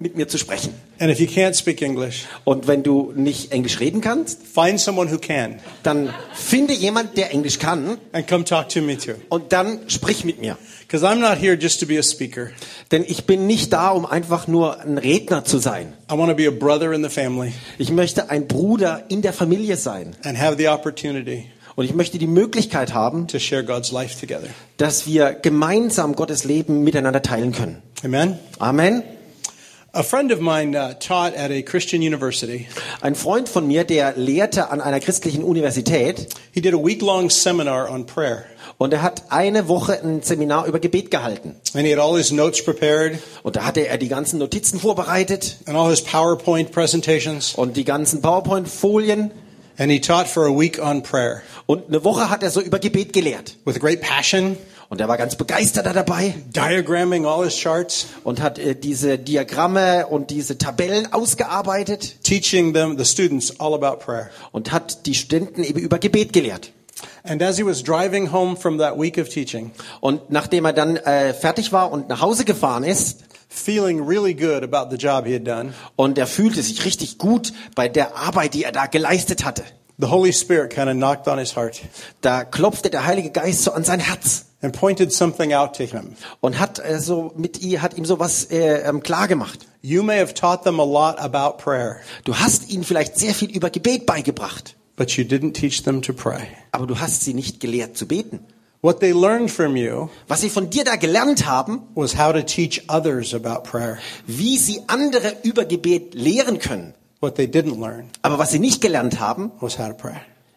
mit mir zu sprechen. And if you can't speak English, Und wenn du nicht Englisch reden kannst, find someone who can dann finde jemand, der Englisch kann and come talk to me too. und dann sprich mit mir. Because I'm not here just to be a speaker. Denn ich bin nicht da, um einfach nur ein Redner zu sein. I want to be a brother in the family Ich möchte ein Bruder in der Familie sein. and have the opportunity Und ich möchte die Möglichkeit haben, to share God's life together. dass wir gemeinsam Gottes Leben miteinander teilen können. Amen. Amen. A friend of mine uh, taught at a Christian university. Ein Freund von mir, der lehrte an einer christlichen Universität He did a week long seminar on prayer. und er hat eine Woche ein Seminar über Gebet gehalten. And he had all his notes prepared Und da hatte er die ganzen Notizen vorbereitet and all his PowerPoint presentations. und die ganzen PowerPoint-Folien. And he taught for a week on prayer Und eine Woche hat er so über Gebet gelehrt. with great passion, Und er war ganz begeistert dabei diagramming all his charts, und hat äh, diese Diagramme und diese Tabellen ausgearbeitet teaching them, the students, all about prayer. und hat die Studenten eben über Gebet gelehrt. And as he was driving home from that week of teaching, Und nachdem er dann äh, fertig war und nach Hause gefahren ist feeling really good about the job he had done, und er fühlte sich richtig gut bei der Arbeit, die er da geleistet hatte, the Holy Spirit kind of knocked on his heart da klopfte der Heilige Geist so an sein Herz and pointed something out to him. und hat äh, so mit ihr hat ihm sowas äh, ähm, klar gemacht. You may have taught them a lot about prayer, Du hast ihnen vielleicht sehr viel über Gebet beigebracht, but you didn't teach them to pray. aber du hast sie nicht gelehrt zu beten. What they learned from you Was sie von dir da gelernt haben, was how to teach others about prayer. wie sie andere über Gebet lehren können. What they didn't learn Aber was sie nicht gelernt haben, was how to pray.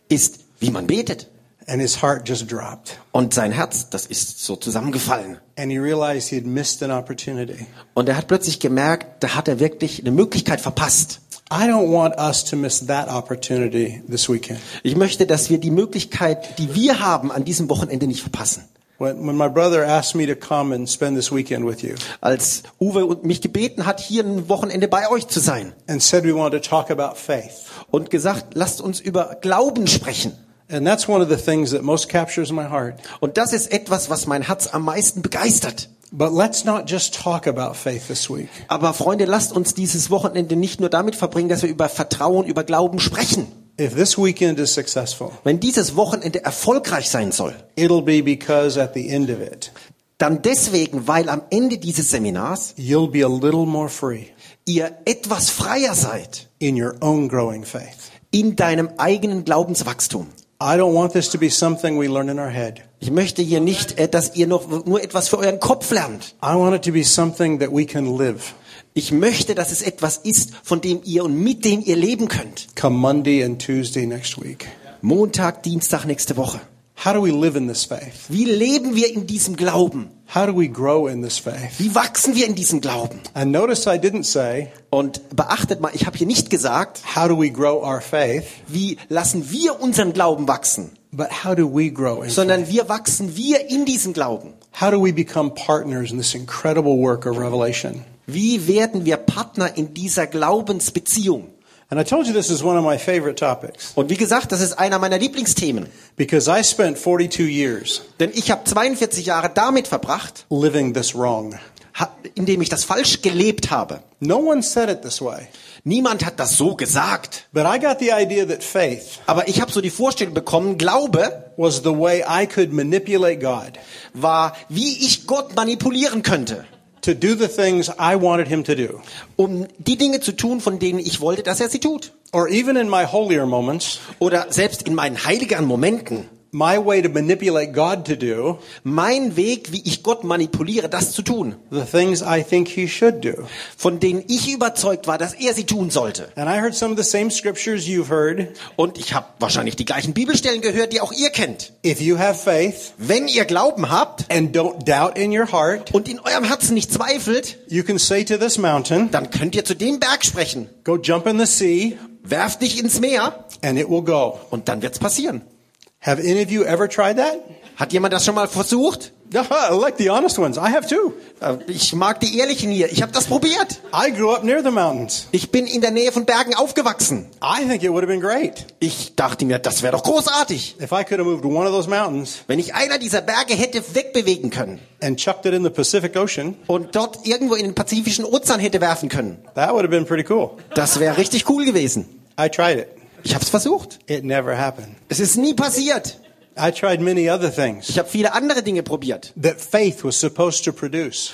ist, wie man betet. And his heart just dropped. Und sein Herz, das ist so zusammengefallen. And he realized he had missed an opportunity. Und er hat plötzlich gemerkt, da hat er wirklich eine Möglichkeit verpasst. I don't want us to miss that opportunity this weekend. Ich möchte, dass wir die Möglichkeit, die wir haben, an diesem Wochenende nicht verpassen. When, when my brother asked me to come and spend this weekend with you Als Uwe und mich gebeten hat, hier ein Wochenende bei euch zu sein and said we wanted to talk about faith, und gesagt, lasst uns über Glauben sprechen. and that's one of the things that most captures my heart. Und das ist etwas, was mein Herz am meisten begeistert. But let's not just talk about faith this week. Aber Freunde, lasst uns dieses Wochenende nicht nur damit verbringen, dass wir über Vertrauen, über Glauben sprechen. If this weekend is successful, Wenn dieses Wochenende erfolgreich sein soll, it'll be because at the end of it, dann deswegen, weil am Ende dieses Seminars you'll be a little more free ihr etwas freier seid in your own growing faith. in deinem eigenen Glaubenswachstum. I don't want this to be something we learn in our head. Ich möchte hier nicht, äh, dass ihr noch nur etwas für euren Kopf lernt. I want it to be something that we can live Ich möchte, dass es etwas ist, von dem ihr und mit dem ihr leben könnt. come Monday and Tuesday next week. Montag, Dienstag, nächste Woche. How do we live in this faith? Wie leben wir in diesem Glauben? How do we grow in this faith? Wie wachsen wir in diesem Glauben? And notice I didn't say, Und beachtet mal, ich habe hier nicht gesagt, how do we grow our faith, wie lassen wir unseren Glauben wachsen, but how do we grow in faith? sondern wir wachsen wir in diesen Glauben. How do we become partners in this incredible work of revelation? Wie werden wir Partner in dieser Glaubensbeziehung? And I told you this is one of my favorite topics Und wie gesagt, das ist einer meiner Lieblingsthemen, because I spent 42 years denn ich habe 42 Jahre damit verbracht, living this wrong. ha- indem ich das falsch gelebt habe. No one said it this way, Niemand hat das so gesagt, but I got the idea that faith aber ich habe so die Vorstellung bekommen, Glaube was the way I could manipulate God war, wie ich Gott manipulieren könnte, to do the things I wanted him to do. um die Dinge zu tun, von denen ich wollte, dass er sie tut. Or even in my holier moments, Oder selbst in meinen heiligeren Momenten, my way to manipulate God to do mein Weg, wie ich Gott manipuliere, das zu tun, the things I think he should do. von denen ich überzeugt war, dass er sie tun sollte. And I heard some of the same scriptures you've heard. Und ich habe wahrscheinlich die gleichen Bibelstellen gehört, die auch ihr kennt. If you have faith Wenn ihr Glauben habt and don't doubt in your heart, und in eurem Herzen nicht zweifelt, you can say to this mountain, dann könnt ihr zu dem Berg sprechen. go jump in the sea Werft dich ins Meer and it will go. und dann wird's passieren. Have any of you ever tried that? Hat jemand das schon mal versucht? I like the honest ones. I have too. Äh, Ich mag die Ehrlichen hier. Ich habe das probiert. I grew up near the mountains. Ich bin in der Nähe von Bergen aufgewachsen. I think it would have been great Ich dachte mir, das wäre doch großartig, if I could have moved one of those mountains wenn ich einer dieser Berge hätte wegbewegen können and chucked it in the Pacific Ocean. und dort irgendwo in den Pazifischen Ozean hätte werfen können. That would have been pretty cool. Das wäre richtig cool gewesen. I tried it. Ich habe es versucht. It never happened. Es ist nie passiert. I tried many other things Ich habe viele andere Dinge probiert, that faith was supposed to produce.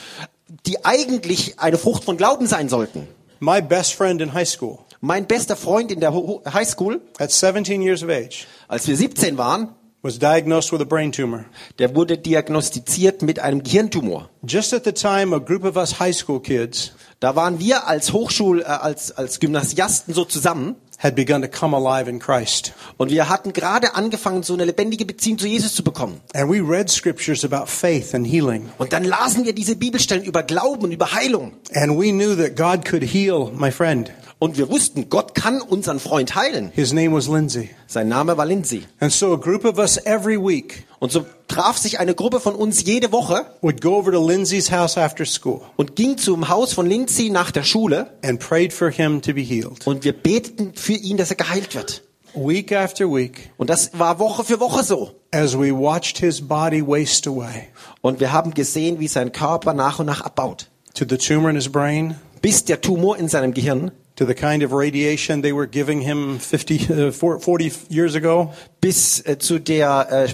die eigentlich eine Frucht von Glauben sein sollten. My best friend in high school, Mein bester Freund in der Ho- Ho- Highschool, at 17 years of age, als wir 17 waren, was diagnosed with a brain tumor. der wurde diagnostiziert mit einem Gehirntumor. Just at the time a group of us high school kids Da waren wir als Hochschul, äh, als, als Gymnasiasten so zusammen had begun to come alive in Christ. und wir hatten gerade angefangen, so eine lebendige Beziehung zu Jesus zu bekommen. And we read scriptures about faith and healing. Und dann lasen wir diese Bibelstellen über Glauben und über Heilung. And we knew that God could heal my friend. Und wir wussten, Gott kann unseren Freund heilen. His name was Lindsay. Sein Name war Lindsay. And so a group of us every week Und so traf sich eine Gruppe von uns jede Woche would go over to Lindsay's house after school und ging zum Haus von Lindsay nach der Schule and prayed for him to be healed. und wir beteten für ihn, dass er geheilt wird. Week after week, Und das war Woche für Woche so. as we watched his body waste away Und wir haben gesehen, wie sein Körper nach und nach abbaut. to the tumor in his brain, Bis der Tumor in seinem Gehirn, to the kind of radiation they were giving him 50, uh, 40 years ago, bis äh, zu der äh,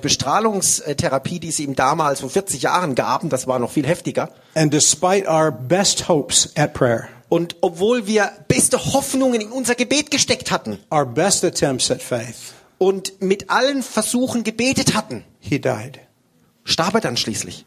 Bestrahlungstherapie, die sie ihm damals vor 40 Jahren gaben, das war noch viel heftiger. and despite our best hopes at prayer, Und obwohl wir beste Hoffnungen in unser Gebet gesteckt hatten our best attempts at faith, und mit allen Versuchen gebetet hatten, he died. starb er dann schließlich.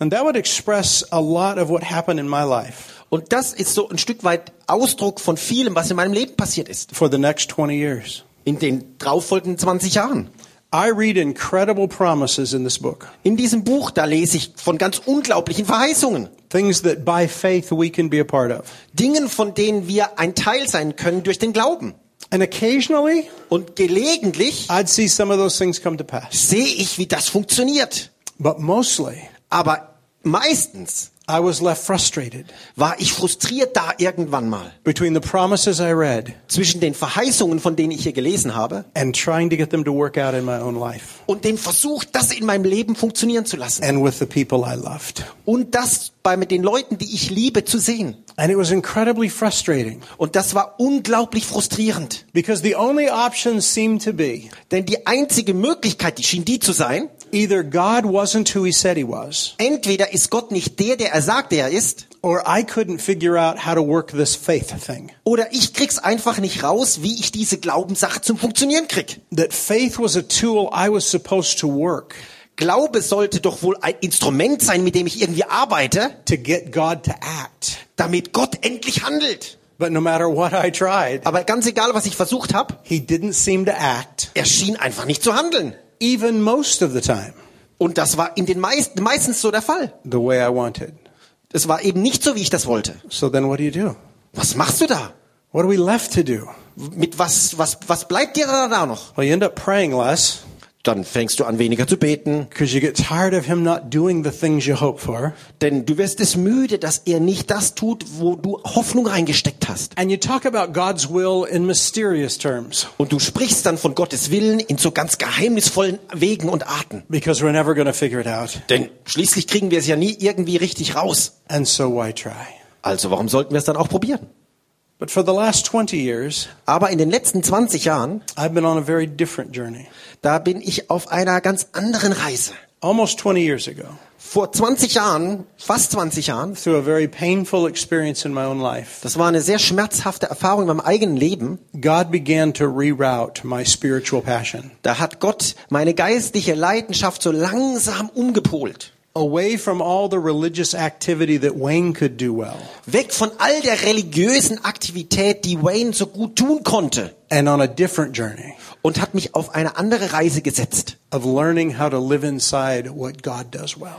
And that would express a lot of what happened in my life Und das ist so ein Stück weit Ausdruck von vielem, was in meinem Leben passiert ist. for the next 20 years. In den darauffolgenden 20 Jahren. I read incredible promises in this book, In diesem Buch, da lese ich von ganz unglaublichen Verheißungen. things that by faith we can be a part of. Dingen, von denen wir ein Teil sein können durch den Glauben. And occasionally, Und gelegentlich I'd see some of those things come to pass. sehe ich, wie das funktioniert. But mostly, Aber meistens I was left frustrated war ich frustriert da irgendwann mal. between the promises I read Zwischen den Verheißungen, von denen ich hier gelesen habe, and trying to get them to work out in my own life und dem Versuch, das in meinem Leben funktionieren zu lassen. and with the people I loved. Und das bei mit den Leuten, die ich liebe, zu sehen. And it was incredibly frustrating Und das war unglaublich frustrierend. because the only option seemed to be Denn die einzige Möglichkeit, die schien die zu sein, either God wasn't who he said he was, entweder ist Gott nicht der, der er sagt, der er ist, or I couldn't figure out how to work this faith thing. oder ich krieg's einfach nicht raus, wie ich diese Glaubenssache zum Funktionieren krieg. That faith was a tool I was supposed to work Glaube sollte doch wohl ein Instrument sein, mit dem ich irgendwie arbeite, to get God to act. damit Gott endlich handelt. But no matter what I tried, Aber ganz egal, was ich versucht habe, he didn't seem to act, er schien einfach nicht zu handeln. even most of the time, Und das war in den meisten meistens so der Fall. the way I wanted. Es war eben nicht so, wie ich das wollte. So then what do you do? Was machst du da? What are we left to do? Mit was was was bleibt dir da da noch? Well, you end up praying less Dann fängst du an weniger zu beten, because you get tired of him not doing the things you hope for. denn du wirst es müde, dass er nicht das tut, wo du Hoffnung reingesteckt hast. And you talk about God's will in mysterious terms Und du sprichst dann von Gottes Willen in so ganz geheimnisvollen Wegen und Arten. because we're never going to figure it out. Denn schließlich kriegen wir es ja nie irgendwie richtig raus. And so why try? Also warum sollten wir es dann auch probieren? But for the last 20 years, Aber in den letzten 20 Jahren, I've been on a very different journey. da bin ich auf einer ganz anderen Reise. Almost 20 years ago, Vor 20 Jahren, fast 20 Jahren, through a very painful experience in my own life, das war eine sehr schmerzhafte Erfahrung in meinem eigenen Leben, God began to reroute my spiritual passion da hat Gott meine geistliche Leidenschaft so langsam umgepolt. away from all the religious activity that Wayne could do well Weg von all der religiösen Aktivität, die Wayne so gut tun konnte. and on a different journey Und hat mich auf eine andere Reise gesetzt. of learning how to live inside what God does well.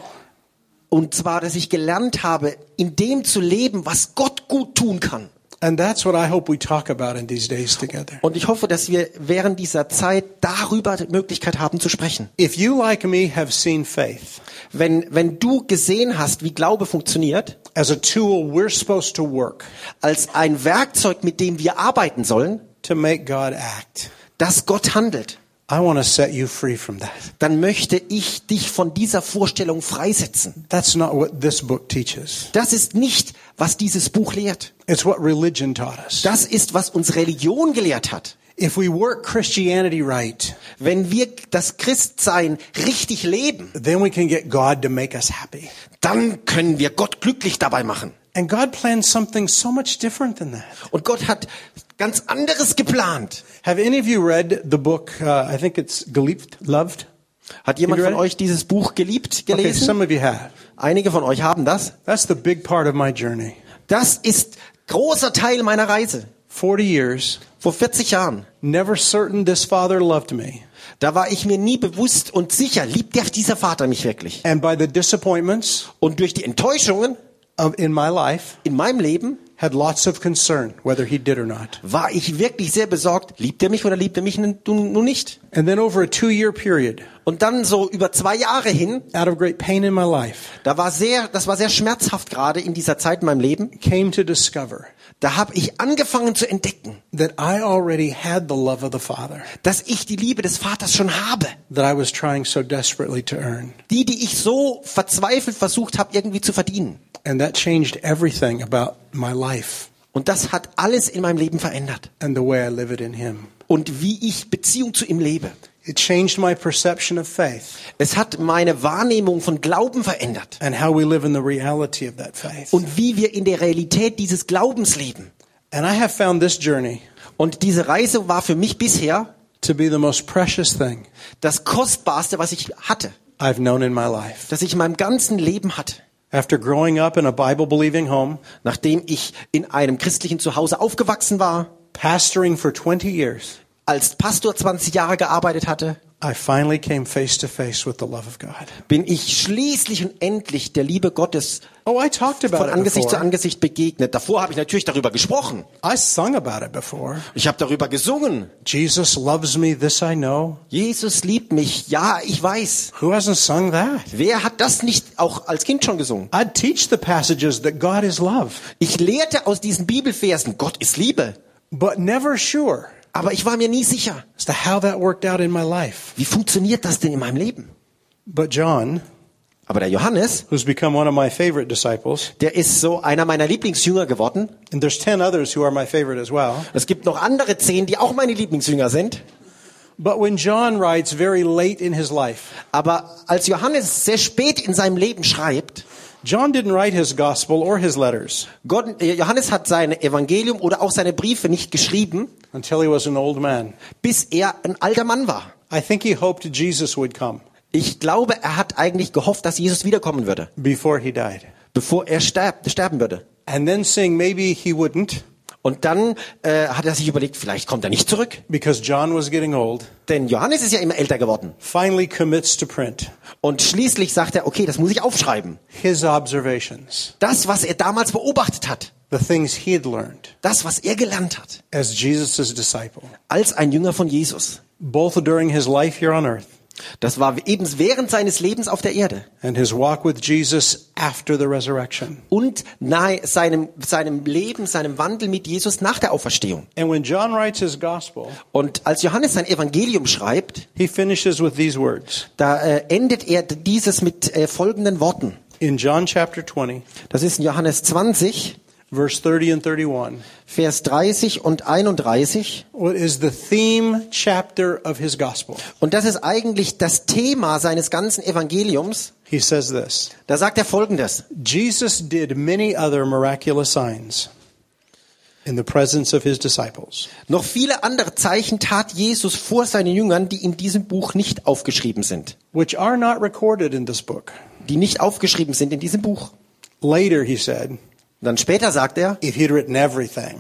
Und zwar, dass ich gelernt habe, in dem zu leben, was Gott gut tun kann. And that's what I hope we talk about in these days together. Und ich hoffe, dass wir während dieser Zeit darüber die Möglichkeit haben zu sprechen. If you, like me, have seen faith Wenn, wenn du gesehen hast, wie Glaube funktioniert, as a tool we're supposed to work als ein Werkzeug, mit dem wir arbeiten sollen, to make God act, dass Gott handelt, I want to set you free from that. dann möchte ich dich von dieser Vorstellung freisetzen. That's not what this book teaches. Das ist nicht, was dieses Buch lehrt. It's what religion taught us. Das ist, was uns Religion gelehrt hat. If we work Christianity right, Wenn wir das Christsein richtig leben, then we can get God to make us happy. dann können wir Gott glücklich dabei machen. And God plans something so much different than that. Und Gott hat ganz anderes geplant. Have any of you read the book? Uh, I think it's Geliebt, Loved. Hat jemand Individuell? von euch dieses Buch geliebt Okay, gelesen? some of you have. Einige von euch haben das. That's the big part of my journey. Das ist großer Teil meiner Reise. 40 years, Vor 40 Jahren, never certain this father loved me. da war ich mir nie bewusst und sicher, liebt der dieser Vater mich wirklich? And by the disappointments Und durch die Enttäuschungen of, in my life, in meinem Leben had lots of concern whether he did or not. war ich wirklich sehr besorgt, liebt er mich oder liebt er mich nun nun nicht? And then over a two year period, Und dann so über zwei Jahre hin, out of great pain in my life, da war sehr, das war sehr schmerzhaft gerade in dieser Zeit in meinem Leben, came to discover da habe ich angefangen zu entdecken, that I already had the love of the father dass ich die Liebe des Vaters schon habe. that I was trying so desperately to earn. Die, die ich so verzweifelt versucht habe, irgendwie zu verdienen. And that changed everything about my life Und das hat alles in meinem Leben verändert. and the way I live it in him. Und wie ich Beziehung zu ihm lebe. It changed my perception of faith Es hat meine Wahrnehmung von Glauben verändert. and how we live in the reality of that faith. Und wie wir in der Realität dieses Glaubens leben. And I have found this journey Und diese Reise war für mich bisher to be the most precious thing das Kostbarste, was ich hatte. I've known in my life. Das ich in meinem ganzen Leben hatte. After growing up in a Bible believing home, Nachdem ich in einem christlichen Zuhause aufgewachsen war, pastoring for 20 years, als Pastor 20 Jahre gearbeitet hatte, I finally came face to face with the love of God. bin ich schließlich und endlich der Liebe Gottes Oh, I talked von about it Angesicht zu before. Angesicht begegnet. Davor habe ich natürlich darüber gesprochen. I sung about it before. Ich habe darüber gesungen. Jesus loves me, this I know. Jesus liebt mich. Ja, ich weiß. Who hasn't sung that? Wer hat das nicht auch als Kind schon gesungen? I'd teach the passages that God is love, Ich lehrte aus diesen Bibelversen, Gott ist Liebe. but never sure Aber ich war mir nie sicher, as to how that worked out in my life. wie funktioniert das denn in meinem Leben? But John, Aber der Johannes, who's become one of my favorite disciples, der ist so einer meiner Lieblingsjünger geworden. and there's 10 others who are my favorite as well. Es gibt noch andere zehn, die auch meine Lieblingsjünger sind. But when John writes very late in his life, Aber als Johannes sehr spät in seinem Leben schreibt, John didn't write his gospel or his letters Gott, äh, Johannes hat sein Evangelium oder auch seine Briefe nicht geschrieben, until he was an old man. bis er ein alter Mann war. I think he hoped Jesus would come Ich glaube, er hat eigentlich gehofft, dass Jesus wiederkommen würde, before he died. bevor er sterb, sterben würde. And then seeing maybe he wouldn't Und dann äh, hat er sich überlegt, vielleicht kommt er nicht zurück. because John was getting old, Denn Johannes ist ja immer älter geworden. finally commits to print Und schließlich sagt er, okay, das muss ich aufschreiben. his observations, Das, was er damals beobachtet hat, the things he had learned das, was er gelernt hat, as Jesus' disciple, als ein Jünger von Jesus. both during his life here on earth Das war eben während seines Lebens auf der Erde and his walk with Jesus after the resurrection. und nahe seinem, seinem Leben, seinem Wandel mit Jesus nach der Auferstehung. And when John writes his gospel, Und als Johannes sein Evangelium schreibt, he finishes with these words. da äh, endet er dieses mit äh, folgenden Worten. In John chapter 20, Das ist in Johannes 20, verse 30 and 31, Vers 30 und 31. what is the theme chapter of his gospel? Und das ist eigentlich das Thema seines ganzen Evangeliums. He says this. Da sagt er Folgendes. Jesus did many other miraculous signs in the presence of his disciples, Noch viele andere Zeichen tat Jesus vor seinen Jüngern, die in diesem Buch nicht aufgeschrieben sind. which are not recorded in this book. Die nicht aufgeschrieben sind in diesem Buch. Later, he said, Und dann später sagt er, if he'd written everything,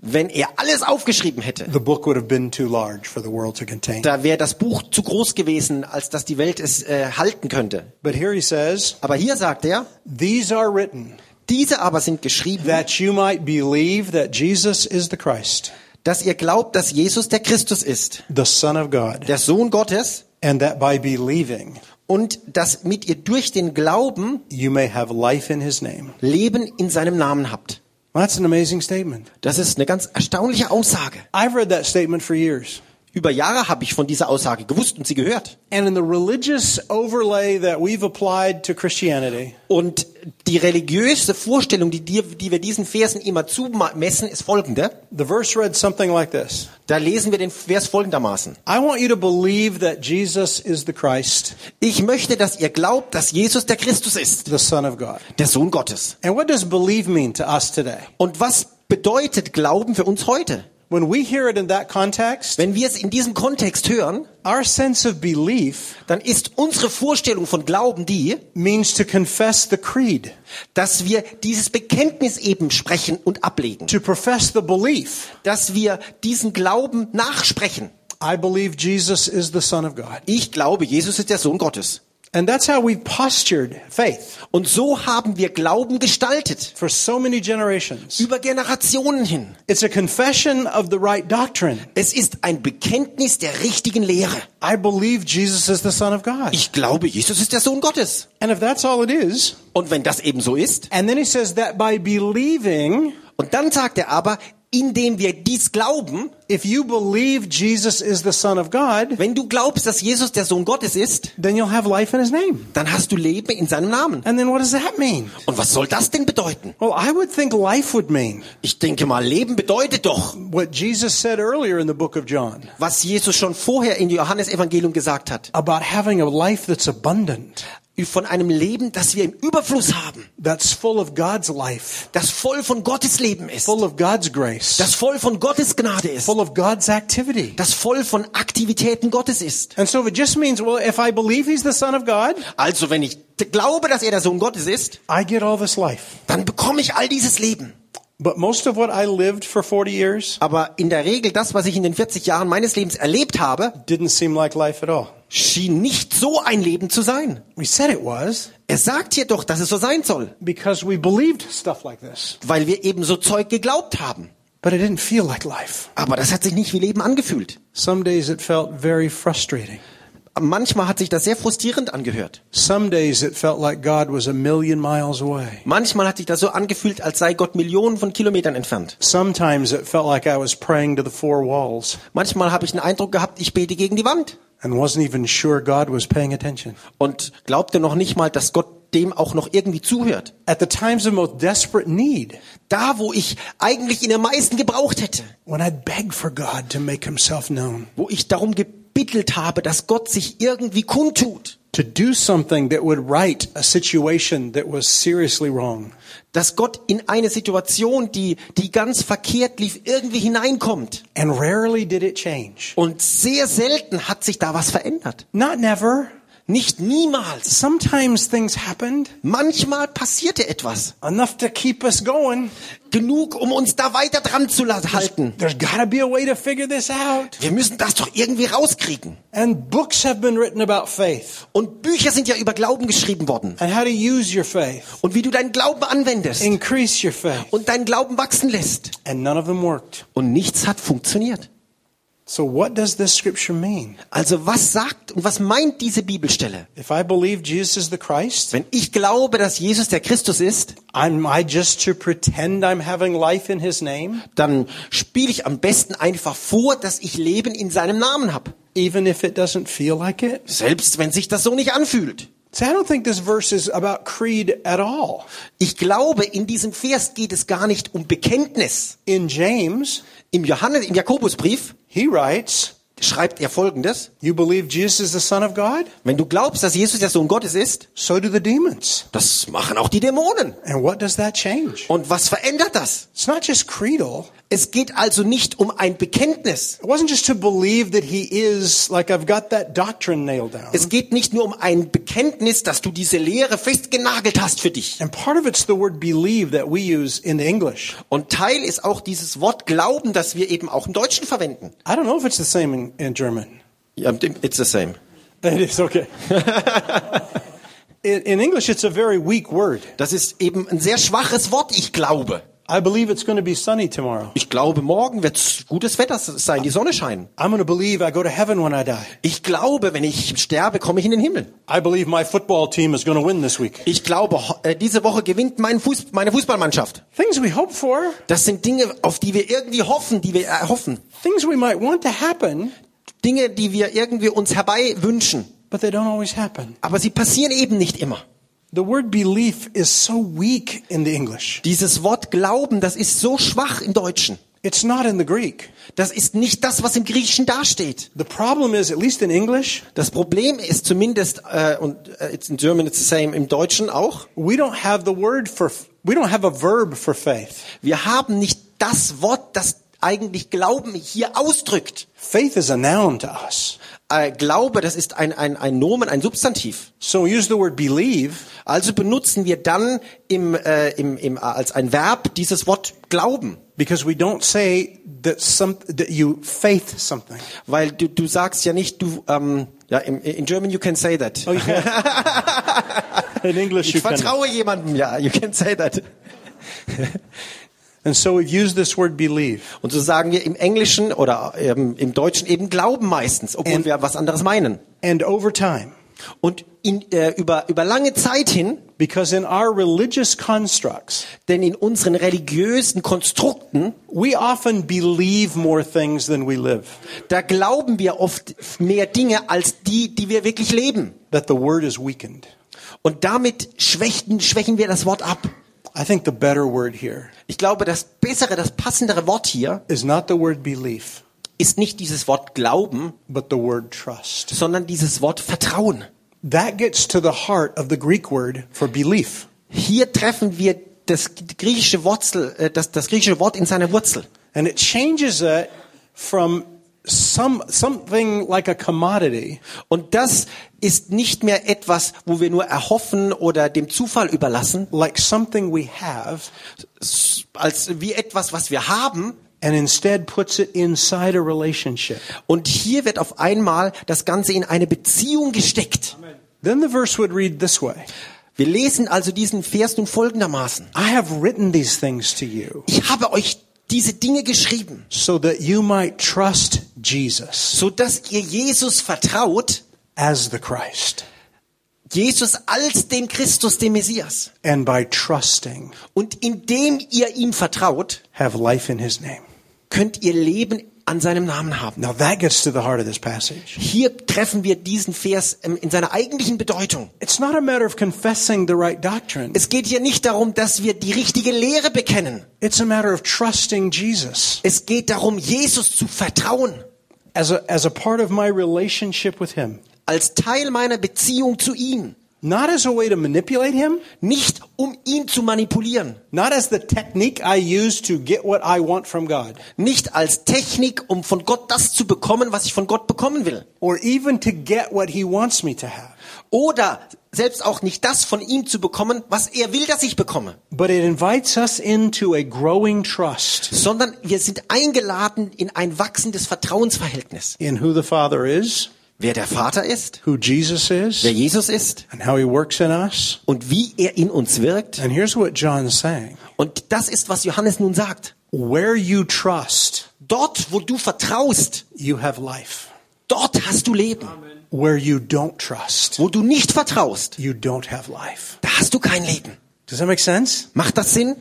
wenn er alles aufgeschrieben hätte, the book would have been too large for the world to contain. da wäre das Buch zu groß gewesen, als dass die Welt es äh, halten könnte. But here he says, Aber hier sagt er, these are written Diese aber sind geschrieben, that you might believe that Jesus is the Christ, dass ihr glaubt, dass Jesus der Christus ist, the Son of God, der Sohn Gottes, and that by believing und dass mit ihr durch den Glauben you may have life in his name. Leben in seinem Namen habt. Well, that's an amazing statement. Das ist eine ganz erstaunliche Aussage. I've read that statement for years. Über Jahre habe ich von dieser Aussage gewusst und sie gehört. And in the religious overlay that we've applied to Christianity, Und die religiöse Vorstellung, die, dir- die wir diesen Versen immer zumessen, ist folgende. the verse read something like this Da lesen wir den Vers folgendermaßen. I want you to believe that Jesus is the Christ, Ich möchte, dass ihr glaubt, dass Jesus der Christus ist, the Son of God. der Sohn Gottes. And what does believe mean to us today? Und was bedeutet Glauben für uns heute? When we hear it in that context, Wenn wir es in diesem Kontext hören, our sense of belief dann ist unsere Vorstellung von Glauben die, means to confess the creed, dass wir dieses Bekenntnis eben sprechen und ablegen, to profess the belief. dass wir diesen Glauben nachsprechen. I believe Jesus is the Son of God. Ich glaube, Jesus ist der Sohn Gottes. And that's how we've postured faith Und so haben wir Glauben gestaltet. for so many generations. Über Generationen hin. It's a confession of the right doctrine. Es ist ein Bekenntnis der richtigen Lehre. I believe Jesus is the Son of God. Ich glaube, Jesus ist der Sohn Gottes. And if that's all it is, Und wenn das eben so ist, and then he says that by believing, und dann sagt er aber, indem wir dies glauben, if you believe Jesus is the Son of God, wenn du glaubst, dass Jesus der Sohn Gottes ist, then you'll have life in his name. dann hast du Leben in seinem Namen. And then what does that mean? Und was soll das denn bedeuten? Well, I would think life would mean Ich denke mal, Leben bedeutet doch, what Jesus said earlier in the book of John was Jesus schon vorher in Johannes Evangelium gesagt hat. about having a life that's abundant, Von einem Leben, das wir im Überfluss haben, that's full of God's life, das voll von Gottes Leben ist, full of God's grace, das voll von Gottes Gnade ist, full of God's activity. das voll von Aktivitäten Gottes ist. And so if it just means, well, if I believe he's the Son of God, Also wenn ich t- glaube, dass er der Sohn Gottes ist, I get all this life. dann bekomme ich all dieses Leben. But most of what I lived for 40 years Aber in der Regel das, was ich in den 40 Jahren meines Lebens erlebt habe, didn't seem like life at all. schien nicht so ein Leben zu sein. We said it was Er sagt hier doch, dass es so sein soll, because we believed stuff like this, weil wir eben so Zeug geglaubt haben. but it didn't feel like life. Aber das hat sich nicht wie Leben angefühlt. Some days it felt very frustrating. Manchmal hat sich das sehr frustrierend angehört. Some days it felt like God was a million miles away. Manchmal hat sich das so angefühlt, als sei Gott Millionen von Kilometern entfernt. Sometimes it felt like I was praying to the four walls Manchmal habe ich den Eindruck gehabt, ich bete gegen die Wand and wasn't even sure God was paying attention. und glaubte noch nicht mal, dass Gott dem auch noch irgendwie zuhört. At the times of most desperate need, Da, wo ich eigentlich ihn am meisten gebraucht hätte, when I'd beg for God to make himself known, wo ich darum gebittelt habe, dass Gott sich irgendwie kundtut, to do something that would right a situation that was seriously wrong. dass Gott in eine Situation, die, die ganz verkehrt lief, irgendwie hineinkommt. And rarely did it change. Und sehr selten hat sich da was verändert. Not never. Nicht niemals. Sometimes things happened Manchmal passierte etwas. enough to keep us going. Genug, um uns da weiter dran zu la- halten. There's got to be a way to figure this out. Wir müssen das doch irgendwie rauskriegen. And books have been written about faith Und Bücher sind ja über Glauben geschrieben worden. and how to use your faith, Und wie du deinen Glauben anwendest. increase your faith. Und deinen Glauben wachsen lässt. And none of them worked. Und nichts hat funktioniert. So, what does this scripture mean? Also was sagt und was meint diese Bibelstelle? If I believe Jesus is the Christ, Wenn ich glaube, dass Jesus der Christus ist, am I just to pretend I'm having life in his name, dann spiele ich am besten einfach vor, dass ich Leben in seinem Namen habe. even if it doesn't feel like it? Selbst wenn sich das so nicht anfühlt. See, I don't think this verse is about creed at all. Ich glaube, in diesem Vers geht es gar nicht um Bekenntnis. In James, Im Johannes, im Jakobusbrief he writes, schreibt er folgendes. You believe Jesus is the Son of God? Wenn du glaubst, dass Jesus der Sohn Gottes ist, So do the demons. das machen auch die Dämonen. And what does that change? Und was verändert das? It's not just creedal. Es geht also nicht um ein Bekenntnis. It wasn't just to believe that he is, like I've got that doctrine nailed down. Es geht nicht nur um ein Bekenntnis, dass du diese Lehre festgenagelt hast für dich. and part of it's the word believe that we use in English. Und Teil ist auch dieses Wort Glauben, das wir eben auch im Deutschen verwenden. I don't know if it's the same in, in German. It's the same. It is, okay. In, in English, it's a very weak word. Das ist eben ein sehr schwaches Wort, ich glaube. I believe it's going to be sunny tomorrow. Ich glaube, morgen wird gutes Wetter sein, die Sonne scheinen. I'm going to believe I go to heaven when I die. Ich glaube, wenn ich sterbe, komme ich in den Himmel. I believe my football team is going to win this week. Ich glaube, ho- äh, diese Woche gewinnt mein Fuß, meine Fußballmannschaft. Things we hope for, Das sind Dinge, auf die wir irgendwie hoffen, die wir erhoffen. things we might want to happen, Dinge, die wir irgendwie uns herbei wünschen. but they don't always happen. Aber sie passieren eben nicht immer. The word belief is so weak in the English. Dieses Wort Glauben, das ist so schwach im Deutschen. It's not in the Greek. Das ist nicht das, was im Griechischen dasteht. The problem is, at least in English, Das Problem ist zumindest, äh, und äh, it's in German it's the same, im Deutschen auch, we don't have the word for, we don't have a verb for faith. wir haben nicht das Wort, das eigentlich Glauben hier ausdrückt. Faith is a noun to us. Äh, Glaube, das ist ein, ein, ein Nomen, ein Substantiv. So we use the word believe, Also benutzen wir dann im, äh, im, im, als ein Verb dieses Wort Glauben. Because we don't say that some that you faith something. Weil du, du sagst ja nicht, du, ähm, ja, im, in German you can say that. In English, ich vertraue jemandem, ja, you can say that. And so we've used this word believe. Und so sagen wir im Englischen oder ähm, im Deutschen eben Glauben meistens, obwohl And- wir was anderes meinen. And over time, Und in, äh, über, über lange Zeit hin, because in our religious constructs, denn in unseren religiösen Konstrukten, we often believe more things than we live. da glauben wir oft mehr Dinge als die, die wir wirklich leben. That the word is weakened. Und damit schwächen, schwächen wir das Wort ab. I think the better word here Ich glaube, das bessere, das passendere Wort hier is not the word belief, ist nicht dieses Wort Glauben, but the word trust. sondern dieses Wort Vertrauen. That gets to the heart of the Greek word for belief. Hier treffen wir das griechische Wurzel, äh, das, das griechische Wort in seiner Wurzel. And it changes it from some something like a commodity Und das ist nicht mehr etwas, wo wir nur erhoffen oder dem Zufall überlassen, like something we have s- als wie etwas, was wir haben. and instead puts it inside a relationship. Und hier wird auf einmal das Ganze in eine Beziehung gesteckt. Then the verse would read this way Wir lesen also diesen Vers nun folgendermaßen. I have written these things to you Ich habe euch diese Dinge geschrieben, so that you might trust Jesus so dass ihr Jesus vertraut, as the Christ. Jesus als den Christus, den Messias. And by trusting, Und indem ihr ihm vertraut, have life in his name. könnt ihr Leben an seinem Namen haben. Now that gets to the heart of this passage. Hier treffen wir diesen Vers ähm, in seiner eigentlichen Bedeutung. It's not a matter of confessing the right doctrine. Es geht hier nicht darum, dass wir die richtige Lehre bekennen. It's a matter of trusting Jesus Es geht darum, Jesus zu vertrauen as a, as a part of my relationship with him. als Teil meiner Beziehung zu ihm, Not as a way to manipulate him, nicht um ihn zu manipulieren, not as the technique I use to get what I want from God, nicht als Technik, um von Gott das zu bekommen, was ich von Gott bekommen will, or even to get what he wants me to have. oder selbst auch nicht das von ihm zu bekommen, was er will, dass ich bekomme, But it invites us into a growing trust sondern wir sind eingeladen in ein wachsendes Vertrauensverhältnis. in who the Father is, Wer der Vater ist, who Jesus wer is, Jesus ist and how he works in us. und wie er in uns wirkt. And here's what John's saying Und das ist, was Johannes nun sagt. where you trust, Dort, wo du vertraust, you have life. dort hast du Leben. Where you don't trust, Wo du nicht vertraust, you don't have life. da hast du kein Leben. Does that make sense? Macht das Sinn?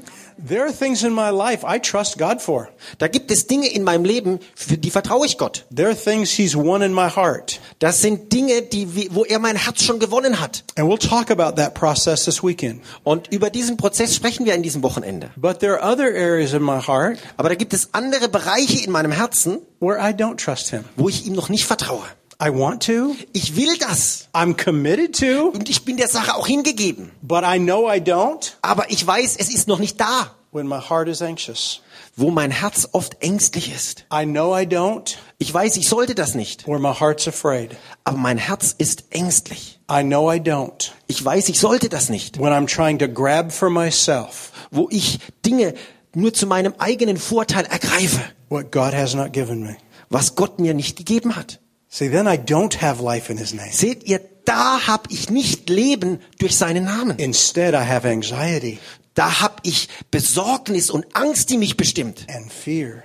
There are things in my life I trust God for. Da gibt es Dinge in meinem Leben, für die vertraue ich Gott. There are things He's won in my heart. Das sind Dinge, die, wir- wo er mein Herz schon gewonnen hat. And we'll talk about that process this weekend. Und über diesen Prozess sprechen wir in diesem Wochenende. But there are other areas in my heart Aber da gibt es andere Bereiche in meinem Herzen, where I don't trust Him. wo ich ihm noch nicht vertraue. I want to, Ich will das. I'm committed to, Und ich bin der Sache auch hingegeben. but I know I don't Aber ich weiß, es ist noch nicht da, when my heart is anxious. wo mein Herz oft ängstlich ist. I know I don't Ich weiß, ich sollte das nicht. where my heart's afraid. Aber mein Herz ist ängstlich. I know I don't Ich weiß, ich sollte das nicht. when I'm trying to grab for myself Wo ich Dinge nur zu meinem eigenen Vorteil ergreife, what God has not given me. was Gott mir nicht gegeben hat. See, then I don't have life in his name. Seht ihr, da habe ich nicht Leben durch seinen Namen. Instead, I have anxiety Da habe ich Besorgnis und Angst, die mich bestimmt. and fear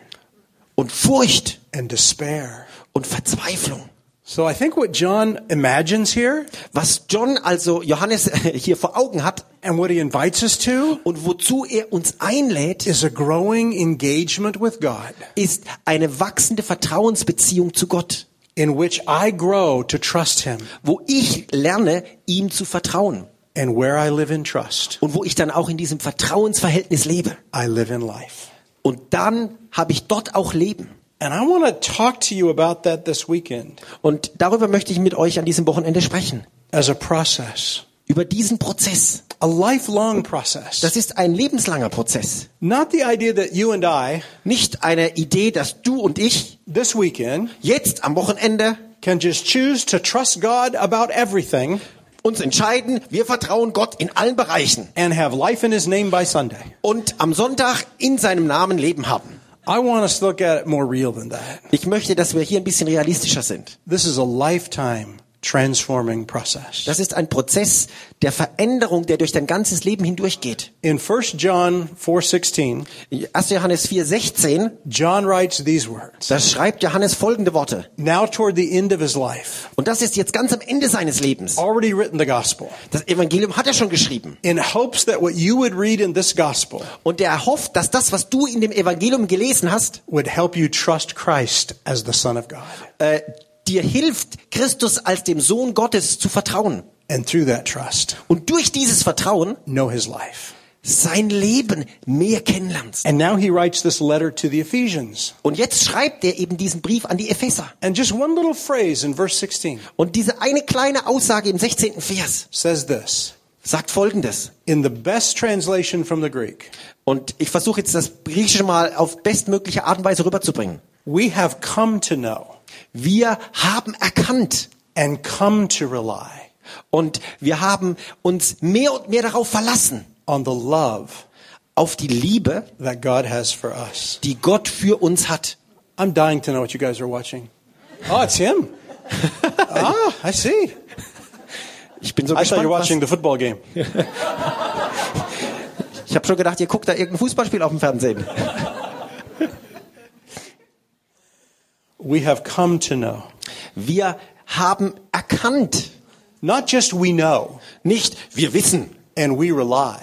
Und Furcht and despair. und Verzweiflung. So I think what John imagines here Was John, also Johannes, hier vor Augen hat and what he invites us to und wozu er uns einlädt, is a growing engagement with God ist eine wachsende Vertrauensbeziehung zu Gott, in which I grow to trust him wo ich lerne, ihm zu vertrauen. and where I live in trust, Und wo ich dann auch in diesem Vertrauensverhältnis lebe. I live in life. Und dann habe ich dort auch Leben. And I want to talk to you about that this weekend Und darüber möchte ich mit euch an diesem Wochenende sprechen. as a process, Über diesen Prozess. a lifelong process. Das ist ein lebenslanger Prozess. Not the idea that you and I Nicht eine Idee, dass du und ich this weekend jetzt am Wochenende can just choose to trust God about everything uns entscheiden, wir vertrauen Gott in allen Bereichen and have life in his name by Sunday. und am Sonntag in seinem Namen Leben haben. I want us to look at it more real than that. Ich möchte, dass wir hier ein bisschen realistischer sind. This is a lifetime transforming process. Das ist ein Prozess der Veränderung, der durch dein ganzes Leben hindurchgeht. In 1 John 4:16, 1. Johannes 4,16, John writes these words. da schreibt Johannes folgende Worte. Now toward the end of his life, Und das ist jetzt ganz am Ende seines Lebens. already written the gospel. Das Evangelium hat er schon geschrieben. in hopes that what you would read in this gospel Und er hofft, dass das, was du in dem Evangelium gelesen hast, would help you trust Christ as the Son of God. äh, dir hilft, Christus als dem Sohn Gottes zu vertrauen. And through that trust, Und durch dieses Vertrauen know his life. sein Leben mehr kennenlernst. And now he writes this letter to the Ephesians. Und jetzt schreibt er eben diesen Brief an die Epheser. And just one little phrase in verse 16 Und diese eine kleine Aussage im 16. Vers says this sagt Folgendes. in the best translation from the Greek, Und ich versuche jetzt das Griechische mal auf bestmögliche Art und Weise rüberzubringen. we have come to know Wir haben erkannt and come to rely und wir haben uns mehr und mehr darauf verlassen, on the love auf die Liebe, that God has for us. die Gott für uns hat. I'm dying to know what you guys are watching. Oh, it's him. ah, I see. Ich bin so I thought you gespannt. were Was, watching the football game. ich habe schon gedacht, ihr guckt da irgendein Fußballspiel auf dem Fernsehen. We have come to know. Wir haben erkannt, Not just we know nicht wir wissen and we rely.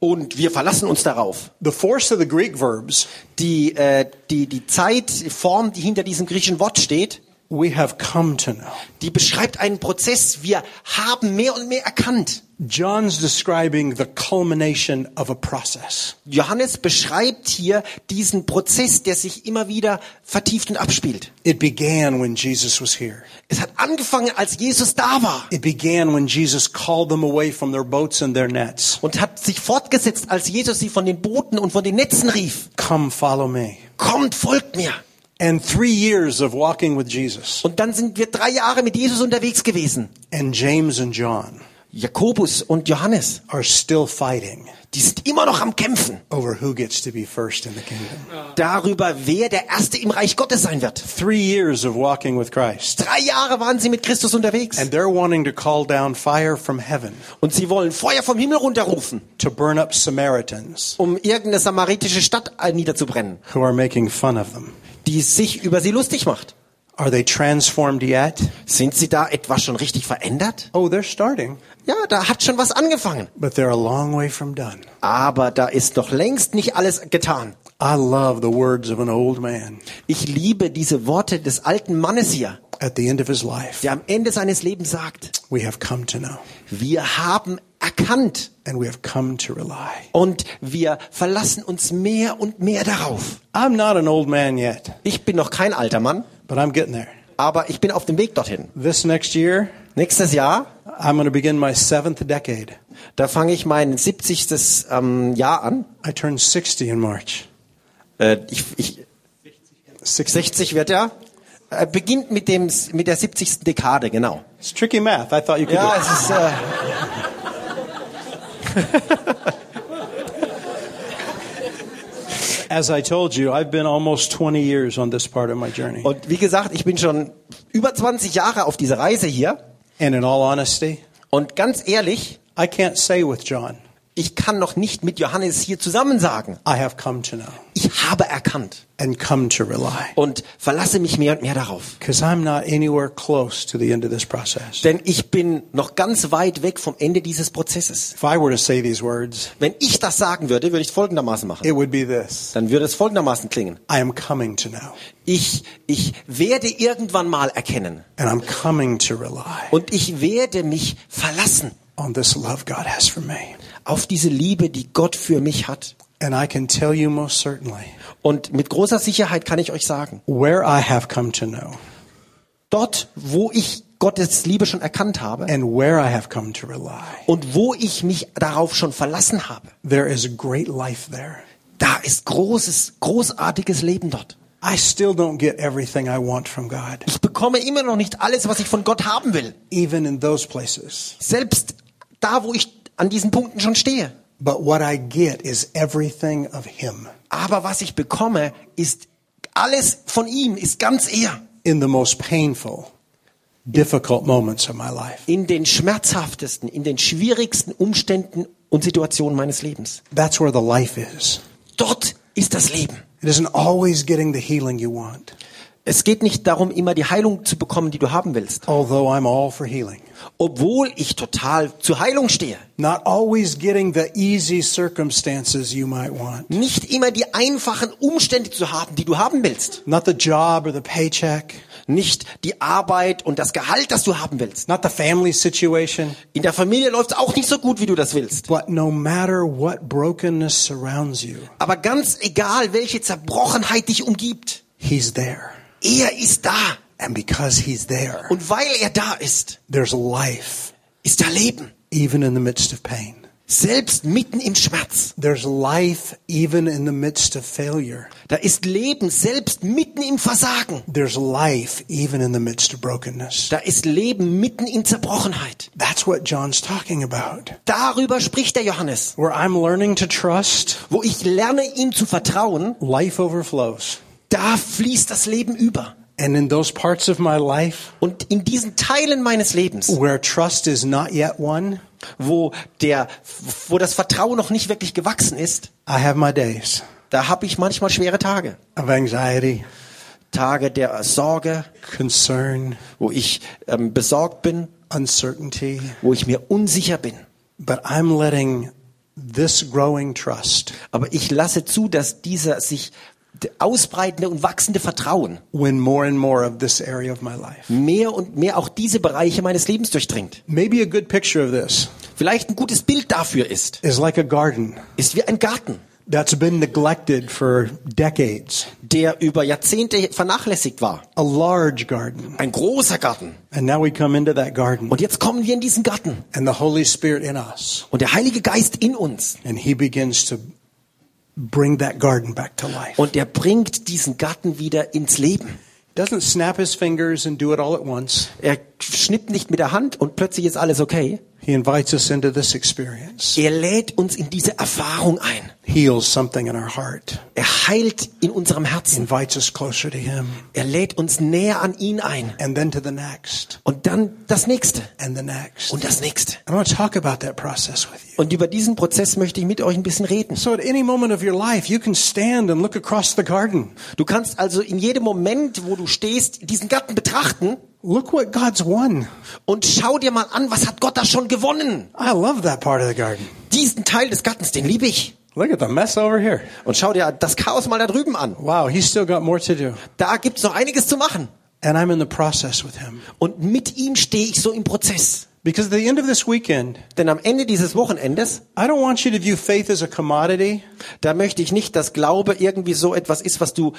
und wir verlassen uns darauf. The force of the Greek verbs, Die, äh, die, die Zeitform, die hinter diesem griechischen Wort steht, we have come to know. die beschreibt einen Prozess. Wir haben mehr und mehr erkannt. John's describing the culmination of a process. Johannes beschreibt hier diesen Prozess, der sich immer wieder vertieft und abspielt. It began when Jesus was here. Es hat angefangen, als Jesus da war It began when Jesus called them away from their boats and their nets. und hat sich fortgesetzt, als Jesus sie von den Booten und von den Netzen rief. Come follow me. Kommt, folgt mir. And three years of walking with Jesus. Und dann sind wir drei Jahre mit Jesus unterwegs gewesen. And James and John Jakobus und Johannes, are still fighting die sind immer noch am Kämpfen over who gets to be first in the kingdom. darüber, wer der Erste im Reich Gottes sein wird. Three years of walking with Christ. Drei Jahre waren sie mit Christus unterwegs And they're wanting to call down fire from heaven und sie wollen Feuer vom Himmel runterrufen, to burn up Samaritans um irgendeine samaritische Stadt äh, niederzubrennen, who are making fun of them. die sich über sie lustig macht. Are they transformed yet? Sind sie da etwa schon richtig verändert? Oh, they're starting, Ja, da hat schon was angefangen. but they're a long way from done. Aber da ist noch längst nicht alles getan. I love the words of an old man Ich liebe diese Worte des alten Mannes hier, at the end of his life. der am Ende seines Lebens sagt, We have come to know wir haben erkannt and we have come to rely. und wir verlassen uns mehr und mehr darauf. I'm not an old man yet, Ich bin noch kein alter Mann, but I'm getting there. aber ich bin auf dem Weg dorthin. This next year, Nächstes Jahr, I'm going to begin my seventh decade. da fange ich mein 70. Ähm, Jahr an. I turn 60 in March. Äh, ich, ich, 60. 60 wird er. Äh, beginnt mit, dem, mit der 70. Dekade, genau. It's tricky math. I thought you could do Ja, it. es ist. Äh, As I told you, I've been almost 20 years on this part of my journey. Und wie gesagt, ich bin schon über 20 Jahre auf dieser Reise hier. And in all honesty, Und ganz ehrlich, I can't say with John, ich kann noch nicht mit Johannes hier zusammen sagen. I have come to know Ich habe erkannt and come to rely. und verlasse mich mehr und mehr darauf. Because I'm not anywhere close to the end of this process. Denn ich bin noch ganz weit weg vom Ende dieses Prozesses. If I were to say these words, Wenn ich das sagen würde, würde ich es folgendermaßen machen. it would be this Dann würde es folgendermaßen klingen. I am coming to know, Ich, ich werde irgendwann mal erkennen and I'm coming to rely und ich werde mich verlassen on this love God has for me. auf diese Liebe, die Gott für mich hat. And I can tell you most certainly Und mit großer Sicherheit kann ich euch sagen, where I have come to know dort, wo ich Gottes Liebe schon erkannt habe and where I have come to rely. und wo ich mich darauf schon verlassen habe, There is great life there. da ist großes, großartiges Leben dort. I still don't get everything I want from God, Ich bekomme immer noch nicht alles, was ich von Gott haben will. even in those places. Selbst da, wo ich an diesen Punkten schon stehe. But what I get is everything of Him Aber was ich bekomme, ist alles von ihm, ist ganz er. in the most painful, difficult moments of my life. In den schmerzhaftesten, in den schwierigsten Umständen und Situationen meines Lebens. That's where the life is. Dort ist das Leben. It isn't always getting the healing you want, Es geht nicht darum, immer die Heilung zu bekommen, die du haben willst. although I'm all for healing. Obwohl ich total zur Heilung stehe. Not always getting the easy circumstances you might want. Nicht immer die einfachen Umstände zu haben, die du haben willst. Not the job or the paycheck, Nicht die Arbeit und das Gehalt, das du haben willst. not the family situation, In der Familie läuft es auch nicht so gut, wie du das willst. but no matter what brokenness surrounds you, Aber ganz egal, welche Zerbrochenheit dich umgibt, He's there. er ist da. And because He's there, Und weil er da ist, there's life, ist da Leben. even in the midst of pain. Selbst mitten im Schmerz. There's life, even in the midst of failure. Da ist Leben selbst mitten im Versagen. There's life, even in the midst of brokenness. Da ist Leben mitten in Zerbrochenheit. That's what John's talking about. Darüber spricht der Johannes, Where I'm learning to trust, wo ich lerne, ihm zu vertrauen. life overflows. Da fließt das Leben über. And in those parts of my life Und in diesen Teilen meines Lebens, where trust is not yet won, wo der, wo das Vertrauen noch nicht wirklich gewachsen ist, I have my days da habe ich manchmal schwere Tage. of anxiety, Tage der Sorge, concern, wo ich ähm, besorgt bin, uncertainty. wo ich mir unsicher bin. But I'm letting this growing trust, Aber ich lasse zu, dass dieser sich d- ausbreitende und wachsende Vertrauen win more and more of this area of my life. mehr und mehr auch diese Bereiche meines Lebens durchdringt. Maybe a good picture of this Vielleicht ein gutes Bild dafür ist, is like a garden ist wie ein Garten, that's been neglected for decades, der über Jahrzehnte vernachlässigt war. a large garden. Ein großer Garten. And now we come into that garden Und jetzt kommen wir in diesen Garten and the Holy Spirit in us. und der Heilige Geist in uns. And he begins to bring that garden back to life. Und er bringt diesen Garten wieder ins Leben. Doesn't snap his fingers and do it all at once. Er schnippt nicht mit der Hand und plötzlich ist alles okay. He invites us into this experience, Er lädt uns in diese Erfahrung ein. heals something in our heart, Er heilt in unserem Herzen. invites us closer to him, Er lädt uns näher an ihn ein. and then to the next, Und dann das nächste and the next. und das nächste. I want to talk about that process with you. Und über diesen Prozess möchte ich mit euch ein bisschen reden. So, at any moment of your life, you can stand and look across the garden. Du kannst also in jedem Moment, wo du stehst, diesen Garten betrachten Look what God's won. und schau dir mal an, was hat Gott da schon gewonnen? I love that part of the garden. Diesen Teil des Gartens, den liebe ich. Look at the mess over here. Und schau dir das Chaos mal da drüben an. Wow, he's still got more to do. Da gibt's noch einiges zu machen. And I'm in the process with him. Und mit ihm stehe ich so im Prozess. Because at the end of this weekend, Denn am Ende dieses Wochenendes, I don't want you to view faith as a commodity. da möchte ich nicht, dass Glaube irgendwie so etwas ist, was du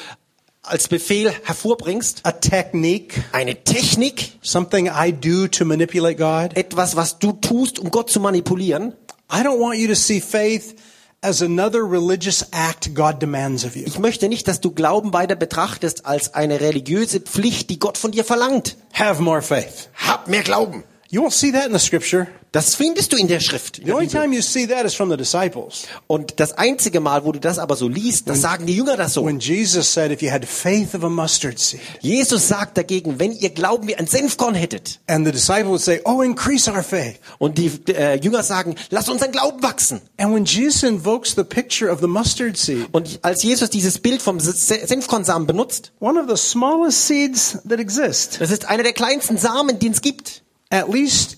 als Befehl hervorbringst. a technique, Eine Technik, something I do to manipulate God. etwas, was du tust, um Gott zu manipulieren. I don't want you to see faith as another religious act God demands of you. Ich möchte nicht, dass du Glauben weiter betrachtest als eine religiöse Pflicht, die Gott von dir verlangt. Have more faith. Hab mehr Glauben. You won't see that in the scripture. Das findest du in der Schrift. In The der only Bibel. time you see that is from the disciples. Und das einzige Mal, wo du das aber so liest, das sagen die Jünger das so. When Jesus said, if you had faith of a mustard seed, Jesus sagt dagegen, wenn ihr Glauben wie ein Senfkorn hättet. and the disciples would say, oh, increase our faith. Und die äh, Jünger sagen, lasst unseren Glauben wachsen. And when Jesus invokes the picture of the mustard seed, Und als Jesus dieses Bild vom Se- Se- Senfkornsamen benutzt, one of the smallest seeds that exist, das ist einer der kleinsten Samen, den es gibt. at least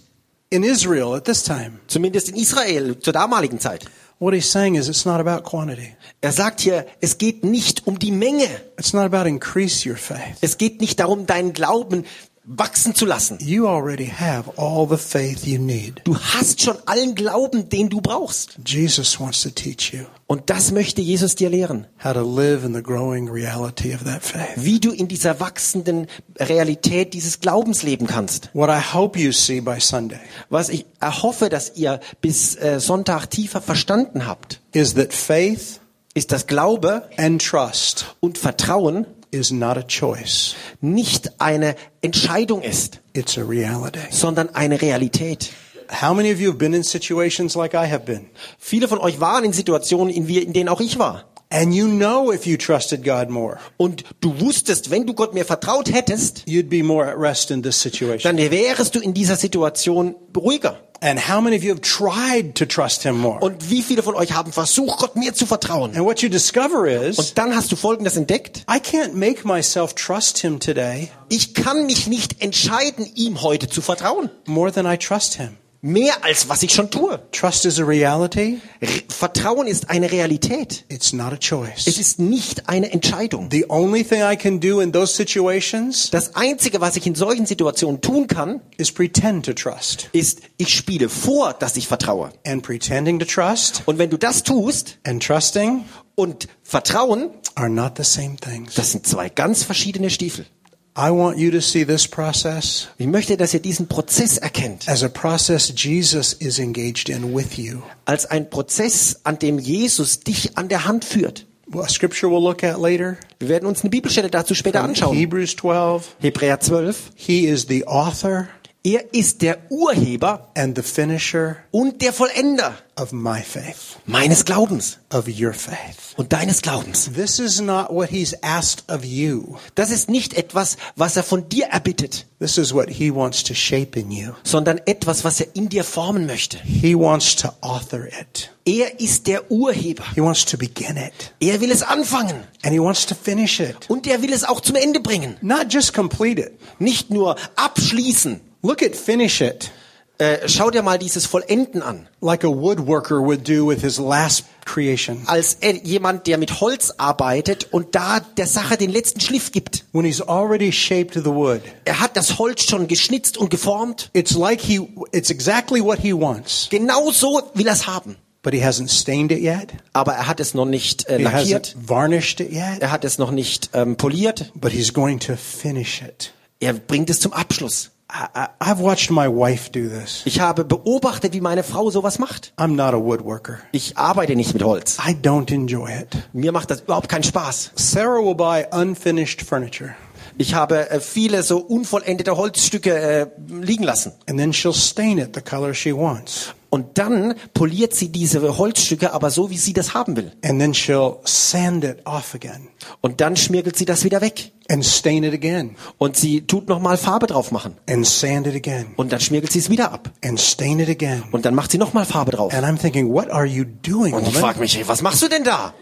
in Israel at this time, Zumindest in Israel zur damaligen Zeit. what he's saying is it's not about quantity. Er sagt hier, es geht nicht um die Menge. It's not about increase your faith. Es geht nicht darum, deinen Glauben wachsen zu lassen. You already have all the faith you need. Du hast schon allen Glauben, den du brauchst. Jesus wants to teach you Und das möchte Jesus dir lehren. how to live in the growing reality of that faith. Wie du in dieser wachsenden Realität dieses Glaubens leben kannst. What I hope you see by Sunday Was ich erhoffe, dass ihr bis äh, Sonntag tiefer verstanden habt, is that faith ist, dass Glaube and trust und Vertrauen is not a choice. nicht eine Entscheidung ist, It's a reality. sondern eine Realität. How many of you have been in situations like I have been? Viele von euch waren in Situationen, in, wie- in denen auch ich war. And you know if you trusted God more, Und du wusstest, wenn du Gott mir vertraut hättest, you'd be more at rest in this situation. dann wärest du in dieser Situation ruhiger. And how many of you have tried to trust Him more? Und wie viele von euch haben versucht, Gott mir zu vertrauen? And what you discover is Und dann hast du Folgendes entdeckt. I can't make myself trust Him today Ich kann mich nicht entscheiden, ihm heute zu vertrauen. more than I trust Him. Mehr als was ich schon tue. Trust is a reality, R vertrauen ist eine Realität. it's not a Es choice. ist nicht eine Entscheidung. The only thing I can do in those situations Das Einzige, was ich in solchen Situationen tun kann, is pretend to trust. ist, ich spiele vor, dass ich vertraue. And pretending to trust Und wenn du das tust and trusting und Vertrauen, are not the same things. das sind zwei ganz verschiedene Stiefel. I want you to see this process Ich möchte, dass ihr diesen Prozess erkennt. as a process Jesus is engaged in with you. als ein Prozess, an dem Jesus dich an der Hand führt. Well, a scripture we'll look at later. Wir werden uns eine Bibelstelle dazu später anschauen. Hebrews 12. Hebräer 12. He is the author Er ist der Urheber and the finisher und der Vollender of my faith, meines Glaubens of your faith. und deines Glaubens. This is not what he's asked of you. Das ist nicht etwas, was er von dir erbittet, This is what he wants to shape in you. sondern etwas, was er in dir formen möchte. He wants to author it. Er ist der Urheber. He wants to begin it Er will es anfangen and he wants to finish it, und er will es auch zum Ende bringen. not just complete it. Nicht nur abschließen. Look at finish it Äh, schau dir mal dieses Vollenden an. like a woodworker would do with his last creation. als er- jemand, der mit Holz arbeitet und da der Sache den letzten Schliff gibt. When he's already shaped the wood, Er hat das Holz schon geschnitzt und geformt. it's like he it's exactly what he wants, Genau so will er es haben. but he hasn't stained it yet. Aber er hat es noch nicht äh, He hasn't lackiert. varnished it yet, Er hat es noch nicht ähm, poliert. but he's going to finish it. Er bringt es zum Abschluss. I, I, I've watched my wife do this. Ich habe beobachtet, wie meine Frau sowas macht. I'm not a woodworker. Ich arbeite nicht mit Holz. I don't enjoy it. Mir macht das überhaupt keinen Spaß. Sarah will buy unfinished furniture, Ich habe äh, viele so unvollendete Holzstücke äh, liegen lassen. and then she'll stain it the color she wants, Und dann poliert sie diese Holzstücke aber so, wie sie das haben will. and then she'll sand it off again Und dann schmirgelt sie das wieder weg. and stain it again Und sie tut nochmal Farbe drauf machen. and sand it again Und dann schmirgelt sie es wieder ab. and stain it again. Und dann macht sie nochmal Farbe drauf. And I'm thinking, what are you doing? Und ich Woman? frage mich, hey, was machst du denn da?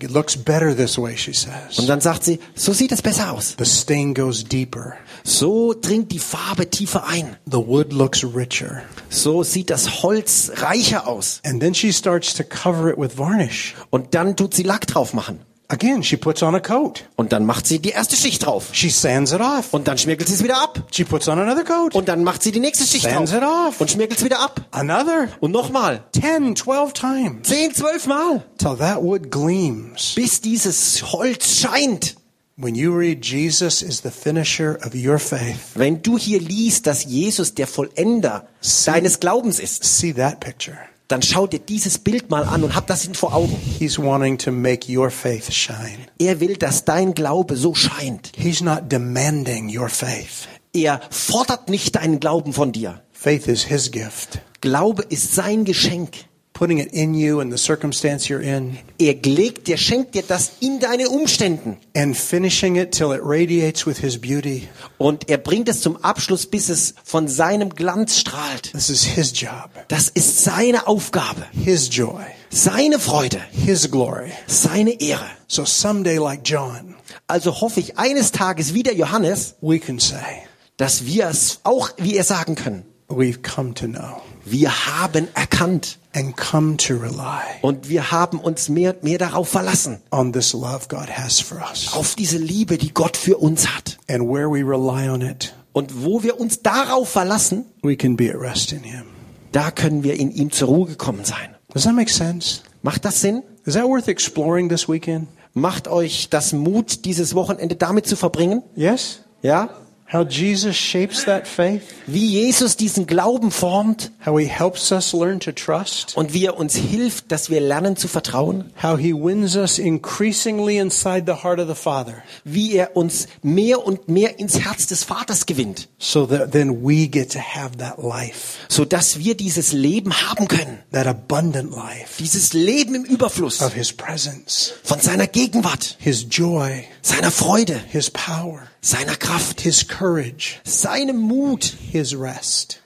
It looks better this way, she Und says. dann sagt sie, so sieht es besser aus. The stain goes deeper. So dringt die Farbe tiefer ein. The wood looks richer. So sieht das Holz reicher aus. And then she starts to cover it with varnish. Und dann tut sie Lack drauf machen. Again, she puts on a coat. Und dann macht sie die erste Schicht drauf. She sands it off. Und dann schmirgelt sie es wieder ab. She puts on another coat. Und dann macht sie die nächste Schicht Sands it drauf. off. Und schmirgelt es wieder ab. Another. Und nochmal. 10, 12 times. Zehn, zwölf Mal. Till that wood gleams. Bis dieses Holz scheint. When you read Jesus is the finisher of your faith, Wenn du hier liest, dass Jesus der Vollender deines Glaubens ist, see that picture. dann schau dir dieses Bild mal an und hab das vor Augen. He's wanting to make your faith shine. Er will, dass dein Glaube so scheint. He's not demanding your faith. Er fordert nicht deinen Glauben von dir. Faith is His gift. Glaube ist sein Geschenk. Putting it in you and the circumstance you're in, Er legt, er schenkt dir das in deine Umständen. and finishing it till it radiates with His beauty. Und er bringt es zum Abschluss, bis es von seinem Glanz strahlt. This is His job, Das ist seine Aufgabe, His joy, seine Freude, His glory. seine Ehre. So someday, like John, Also hoffe ich eines Tages wieder Johannes, we can say, dass wir es auch, wie er sagen können, We've come to know wir haben erkannt and come to rely und wir haben uns mehr und mehr darauf verlassen, on this love God has for us. auf diese Liebe, die Gott für uns hat. And where we rely on it, Und wo wir uns darauf verlassen, we can be at rest in Him. da können wir in ihm zur Ruhe gekommen sein. Does that make sense? Macht das Sinn? Is that worth exploring this weekend? Macht euch das Mut, dieses Wochenende damit zu verbringen? Yes? Ja? How Jesus shapes that faith, Wie Jesus diesen Glauben formt how He helps us learn to trust, und wie er uns hilft, dass wir lernen zu vertrauen, how He wins us increasingly inside the heart of the Father, wie er uns mehr und mehr ins Herz des Vaters gewinnt, so that then we get to have that life, so dass wir dieses Leben haben können, that abundant life dieses Leben im Überfluss of His presence, von seiner Gegenwart, His joy, seiner Freude, His power, seiner Kraft, His courage, seinem Mut, His rest.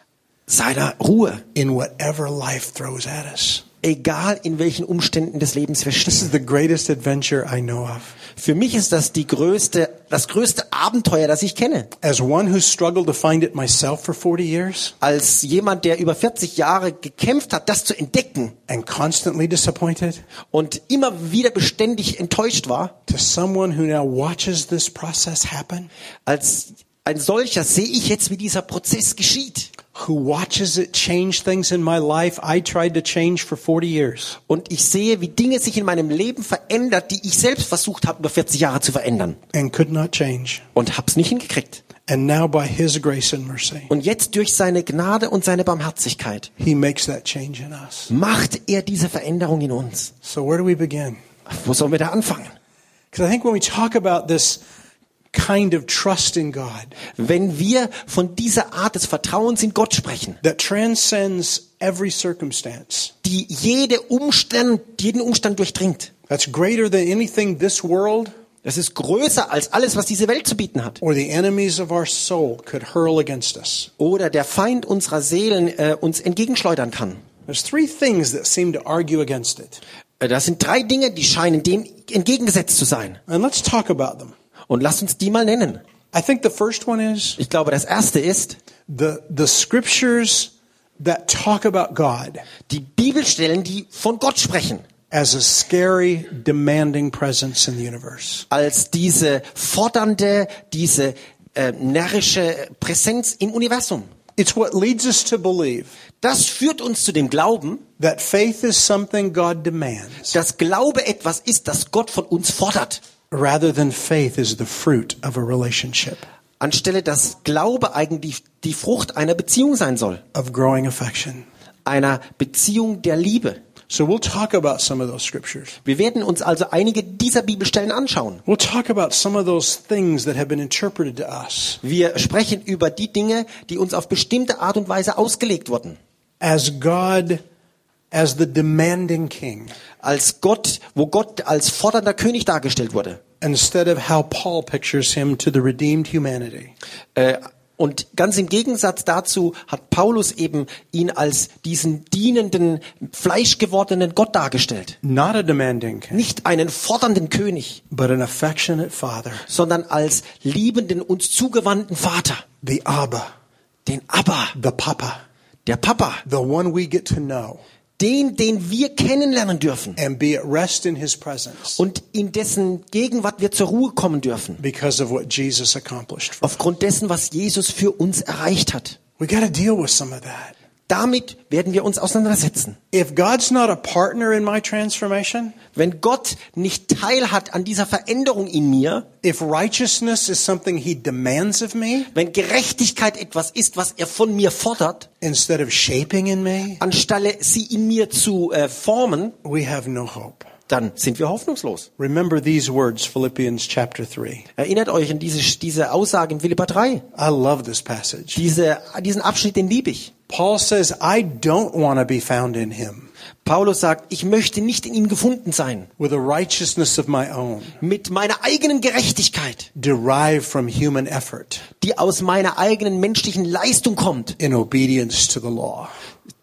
seiner Ruhe, in whatever life throws at us. egal in welchen Umständen des Lebens wir This stehen. is the greatest adventure I know of. Für mich ist das die größte, das größte Abenteuer, das ich kenne. As one who struggled to find it myself for 40 years Als jemand, der über 40 Jahre gekämpft hat, das zu entdecken and constantly disappointed, und immer wieder beständig enttäuscht war, to someone who now watches this process happen, als ein solcher sehe ich jetzt, wie dieser Prozess geschieht. who watches it change things in my life I tried to change for 40 years. Und ich sehe, wie Dinge sich in meinem Leben verändert, die ich selbst versucht habe, über 40 Jahre zu verändern. And could not change. Und hab's nicht hingekriegt. And now, by His grace and mercy, Und jetzt durch seine Gnade und seine Barmherzigkeit He makes that change in us. macht er diese Veränderung in uns. So, where do we begin? Wo sollen wir da anfangen? Because I think when we talk about this kind of trust in God, Wenn wir von dieser Art des Vertrauens in Gott sprechen, that transcends every circumstance, die jede Umstand, jeden Umstand durchdringt, that's greater than anything this world das ist größer als alles, was diese Welt zu bieten hat. or the enemies of our soul could hurl against us. Oder der Feind unserer Seelen äh, uns entgegenschleudern kann. There's three things that seem to argue against it. Äh, Das sind drei Dinge, die scheinen dem entgegengesetzt zu sein. And let's talk about them. Und lasst uns die mal nennen. I think the first one is Ich glaube, das erste ist, the, the scriptures that talk about God die Bibelstellen, die von Gott sprechen, as a scary, demanding presence in the universe. als diese fordernde, diese äh, närrische Präsenz im Universum. It's what leads us to believe Das führt uns zu dem Glauben, that faith is something God demands dass Glaube etwas ist, das Gott von uns fordert, rather than faith is the fruit of a relationship. anstelle dass Glaube eigentlich die Frucht einer Beziehung sein soll, of growing affection. einer Beziehung der Liebe. So we'll talk about some of those scriptures. Wir werden uns also einige dieser Bibelstellen anschauen. We'll talk about some of those things that have been interpreted to us Wir sprechen über die Dinge, die uns auf bestimmte Art und Weise ausgelegt wurden, as God, as the demanding king, als Gott, wo Gott als fordernder König dargestellt wurde. instead of how Paul pictures him to the redeemed humanity. Äh, Und ganz im Gegensatz dazu hat Paulus eben ihn als diesen dienenden, fleischgewordenen Gott dargestellt. Not a demanding king, Nicht einen fordernden König, but an affectionate father, sondern als liebenden, uns zugewandten Vater. the Abba, Den Abba, the Papa, der Papa. the one we get to know Den, den wir kennenlernen dürfen. and be at rest in his presence Und in dessen Gegenwart wir zur Ruhe kommen dürfen. because of what Jesus accomplished. For us. Aufgrund dessen, was Jesus für uns erreicht hat. We got to deal with some of that. Damit werden wir uns auseinandersetzen. If God's not a partner in my transformation, Wenn Gott nicht teilhat an dieser Veränderung in mir, If righteousness is something he demands of me Wenn Gerechtigkeit etwas ist, was er von mir fordert, instead of shaping in me, anstelle sie in mir zu äh, formen, we have no hope. dann sind wir hoffnungslos. Remember these words, Philippians chapter 3. Erinnert euch an diese, diese Aussage in Philippa 3. I love this passage. Diese, diesen Abschnitt, den liebe ich. Paul says, I don't want to be found in him Paulus sagt, ich möchte nicht in ihm gefunden sein, with a righteousness of my own, mit meiner eigenen Gerechtigkeit, derived from human effort die aus meiner eigenen menschlichen Leistung kommt, in obedience to the law.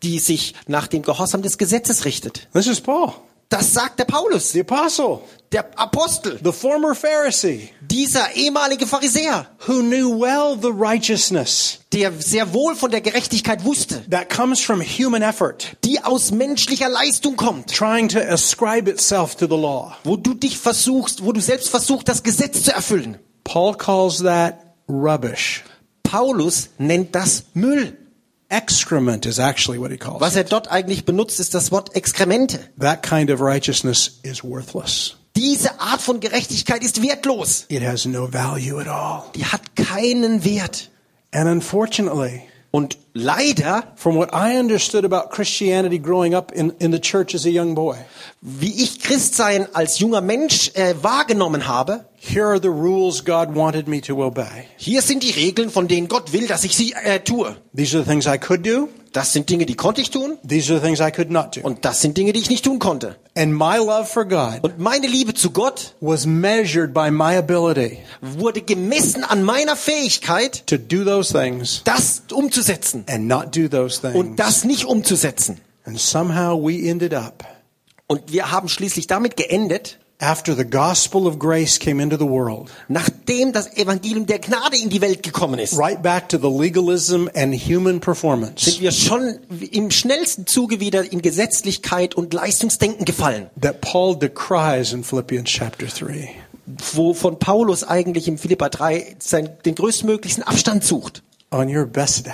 die sich nach dem Gehorsam des Gesetzes richtet. This is Paul, Das sagt der Paulus, the apostle, der Apostel, the former Pharisee, dieser ehemalige Pharisäer, who knew well the righteousness der sehr wohl von der Gerechtigkeit wusste, that comes from human effort, die aus menschlicher Leistung kommt, trying to ascribe itself to the law. wo du dich versuchst, wo du selbst versuchst, das Gesetz zu erfüllen. Paul calls that rubbish. Paulus nennt das Müll. Excrement is actually what he calls Was er it. dort eigentlich benutzt, ist das Wort Exkremente. That kind of righteousness is worthless. Diese Art von Gerechtigkeit ist wertlos. It has no value at all. Die hat keinen Wert. And unfortunately, Und leider, from what I understood about Christianity growing up in, in the church as a young boy, wie ich Christsein als junger Mensch äh, wahrgenommen habe, here are the rules God wanted me to obey. hier sind die Regeln, von denen Gott will, dass ich sie äh, tue. These are the things I could do. Das sind Dinge, die konnte ich tun These are the things I could not do. und das sind Dinge, die ich nicht tun konnte. And my love for God Und meine Liebe zu Gott was measured by my ability wurde gemessen an meiner Fähigkeit, to do those things das umzusetzen and not do those things. und das nicht umzusetzen. and somehow we ended up, Und wir haben schließlich damit geendet, after the gospel of grace came into the world, nachdem das Evangelium der Gnade in die Welt gekommen ist, right back to the legalism and human performance sind wir schon im schnellsten Zuge wieder in Gesetzlichkeit und Leistungsdenken gefallen, that Paul decries in Philippians chapter 3. wovon Paulus eigentlich im Philippa 3 sein, den größtmöglichen Abstand sucht. On your best day,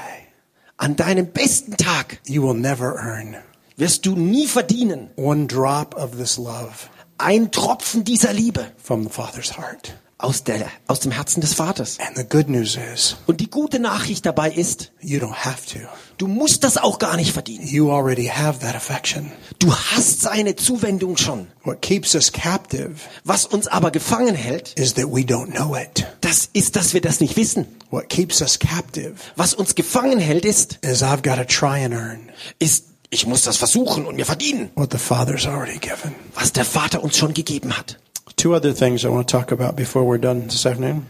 An deinem besten Tag you will never earn wirst du nie verdienen, one drop of this love ein Tropfen dieser Liebe from the Father's heart. aus, der, aus dem Herzen des Vaters. And the good news is, Und die gute Nachricht dabei ist, you don't have to. du musst das auch gar nicht verdienen. You already have that affection. Du hast seine Zuwendung schon. What keeps us captive Was uns aber gefangen hält, is that we don't know it. das ist, dass wir das nicht wissen. What keeps us captive Was uns gefangen hält, ist, is I've got to try and earn ist, ich muss das versuchen und mir verdienen, what the Father's already given. was der Vater uns schon gegeben hat. Two other things I want to talk about before we're done this afternoon.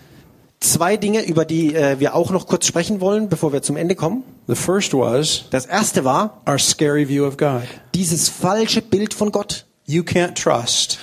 Zwei Dinge, über die äh, wir auch noch kurz sprechen wollen, bevor wir zum Ende kommen. The first was Das erste war our scary view of God. dieses falsche Bild von Gott. You can't trust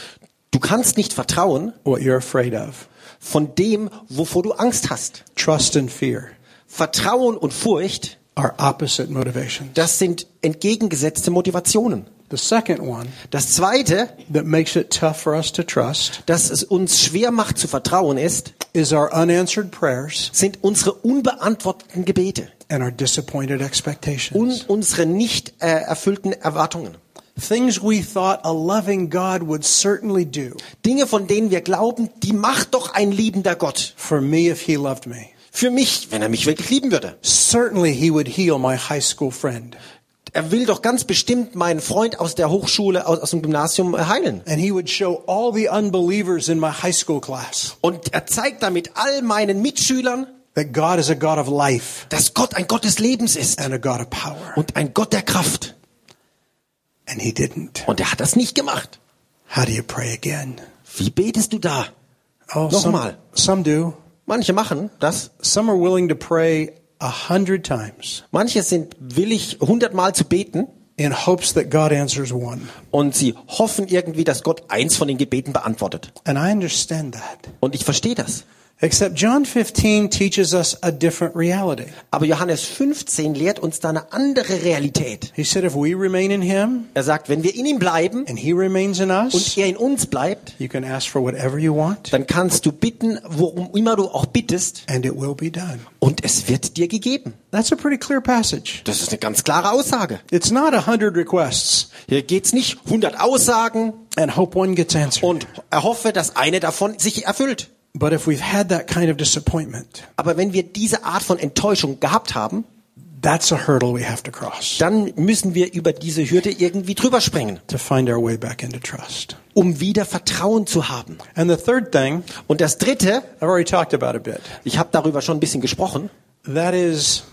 Du kannst nicht vertrauen what you're afraid of. von dem, wovor du Angst hast. Trust and fear Vertrauen und Furcht, are opposite motivations. das sind entgegengesetzte Motivationen. The second one Das zweite, that makes it tough for us to trust das es uns schwer macht zu vertrauen ist, is our unanswered prayers sind unsere unbeantworteten Gebete and our disappointed expectations. und unsere nicht äh, erfüllten Erwartungen. Things we thought a loving God would certainly do Dinge, von denen wir glauben, die macht doch ein liebender Gott. for me if he loved me. Für mich, wenn er mich wirklich lieben würde. Certainly he would heal my high school friend Er will doch ganz bestimmt meinen Freund aus der Hochschule, aus, aus dem Gymnasium äh, heilen. and he would show all the unbelievers in my high school class Und er zeigt damit all meinen Mitschülern, that God is a God of life dass Gott ein Gott des Lebens ist and a God of power. und ein Gott der Kraft. And he didn't. Und er hat das nicht gemacht. How do you pray again? Wie betest du da? Oh, Nochmal. some, some do. Manche machen das, Some are willing to pray a hundred times manche sind willig, hundertmal zu beten in hopes that God answers one. und sie hoffen irgendwie, dass Gott eins von den Gebeten beantwortet. And I understand that. Und ich verstehe das. Except John 15 teaches us a different reality. Aber Johannes 15 lehrt uns da eine andere Realität. He said, if we remain in him Er sagt, wenn wir in ihm bleiben and he remains in und us, er in uns bleibt, you can ask for whatever you want dann kannst du bitten, worum immer du auch bittest, and it will be done. und es wird dir gegeben. That's a pretty clear passage. Das ist eine ganz klare Aussage. It's not a hundred requests Hier geht's nicht 100 Aussagen and hope one gets answered. und erhoffe, dass eine davon sich erfüllt. But if we've had that kind of disappointment, Aber wenn wir diese Art von Enttäuschung gehabt haben, that's a hurdle we have to cross dann müssen wir über diese Hürde irgendwie drüber springen, to find our way back into trust. um wieder Vertrauen zu haben. And the third thing, Und das Dritte, I've already talked about a bit. ich habe darüber schon ein bisschen gesprochen, That is,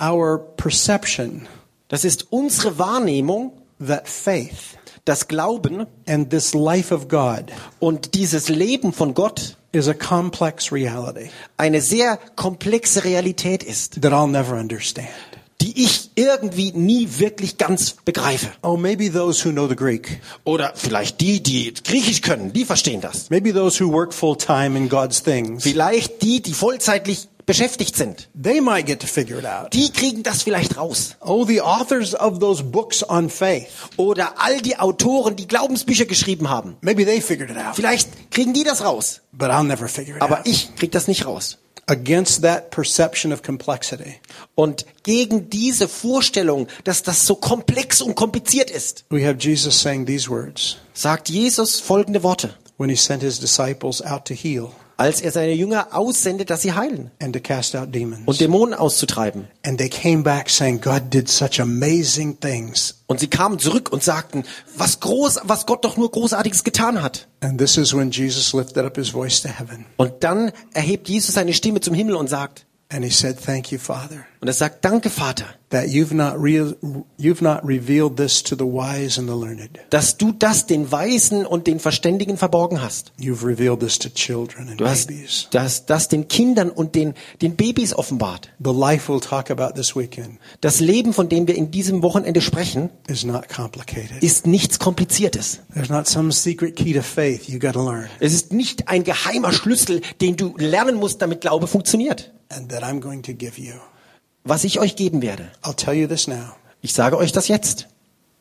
our perception Das ist unsere Wahrnehmung, that faith das Glauben and this life of God und dieses Leben von Gott is a complex reality eine sehr komplexe Realität ist, that I'll never understand. die ich irgendwie nie wirklich ganz begreife. Oh, maybe those who know the Greek, Oder vielleicht die, die Griechisch können, die verstehen das. maybe those who work full time in God's things, Vielleicht die, die vollzeitlich beschäftigt sind, they might get to figure it out. die kriegen das vielleicht raus. Oh, the authors of those books on faith, Oder all die Autoren, die Glaubensbücher geschrieben haben, maybe they figured it out, vielleicht kriegen die das raus. but I'll never figure it Aber out. ich krieg das nicht raus. Against that perception of complexity, Und gegen diese Vorstellung, dass das so komplex und kompliziert ist, we have Jesus saying these words sagt Jesus folgende Worte, when he sent his disciples out to heal als er seine Jünger aussendet, dass sie heilen and to cast out demons. und Dämonen auszutreiben. And they came back saying, God did such amazing things. Und sie kamen zurück und sagten, was groß, was Gott doch nur großartiges getan hat. And this is when Jesus lifted up his voice to heaven Und dann erhebt Jesus seine Stimme zum Himmel und sagt, and he said, Thank you, Father, und er sagt, danke Vater, that you've not, re- you've not revealed this to the wise and the learned. dass du das den Weisen und den Verständigen verborgen hast. You've revealed this to children and Du hast babies. das, das den Kindern und den, den Babys offenbart. The life we'll talk about this weekend Das Leben, von dem wir in diesem Wochenende sprechen, is not complicated. ist nichts Kompliziertes. There's not some secret key to faith you got to learn Es ist nicht ein geheimer Schlüssel, den du lernen musst, damit Glaube funktioniert. and that I'm going to give you. Was ich euch geben werde. I'll tell you this now. Ich sage euch das jetzt.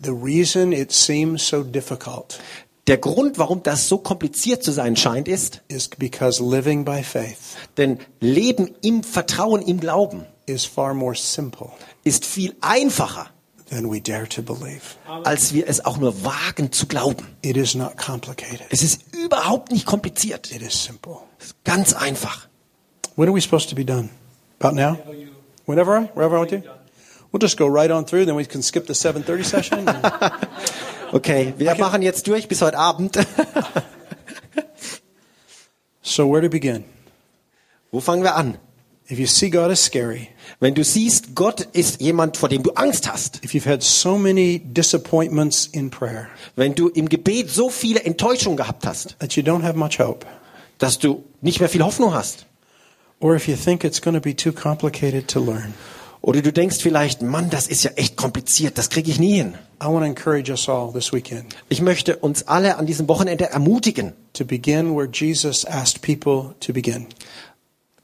The reason it seems so difficult Der Grund, warum das so kompliziert zu sein scheint, ist, is because living by faith denn Leben im Vertrauen, im Glauben is far more simple ist viel einfacher, than we dare to believe. als wir es auch nur wagen zu glauben. It is not complicated. Es ist überhaupt nicht kompliziert. It is simple. Ganz einfach. When are we supposed to be done? About now? Whenever I, wherever I want to. We'll just go right on through. Then we can skip the 7:30 session. Okay, wir Okay. machen jetzt durch bis heute Abend. so where to begin? Wo fangen wir an? If you see God as scary, Wenn du siehst, Gott ist jemand, vor dem du Angst hast, if you've had so many disappointments in prayer wenn du im Gebet so viele Enttäuschungen gehabt hast, that you don't have much hope, dass du nicht mehr viel Hoffnung hast, or if you think it's going to be too complicated to learn, oder du denkst vielleicht, Mann, das ist ja echt kompliziert, das kriege ich nie hin. I want to encourage us all this weekend Ich möchte uns alle an diesem Wochenende ermutigen, to begin where Jesus asked people to begin.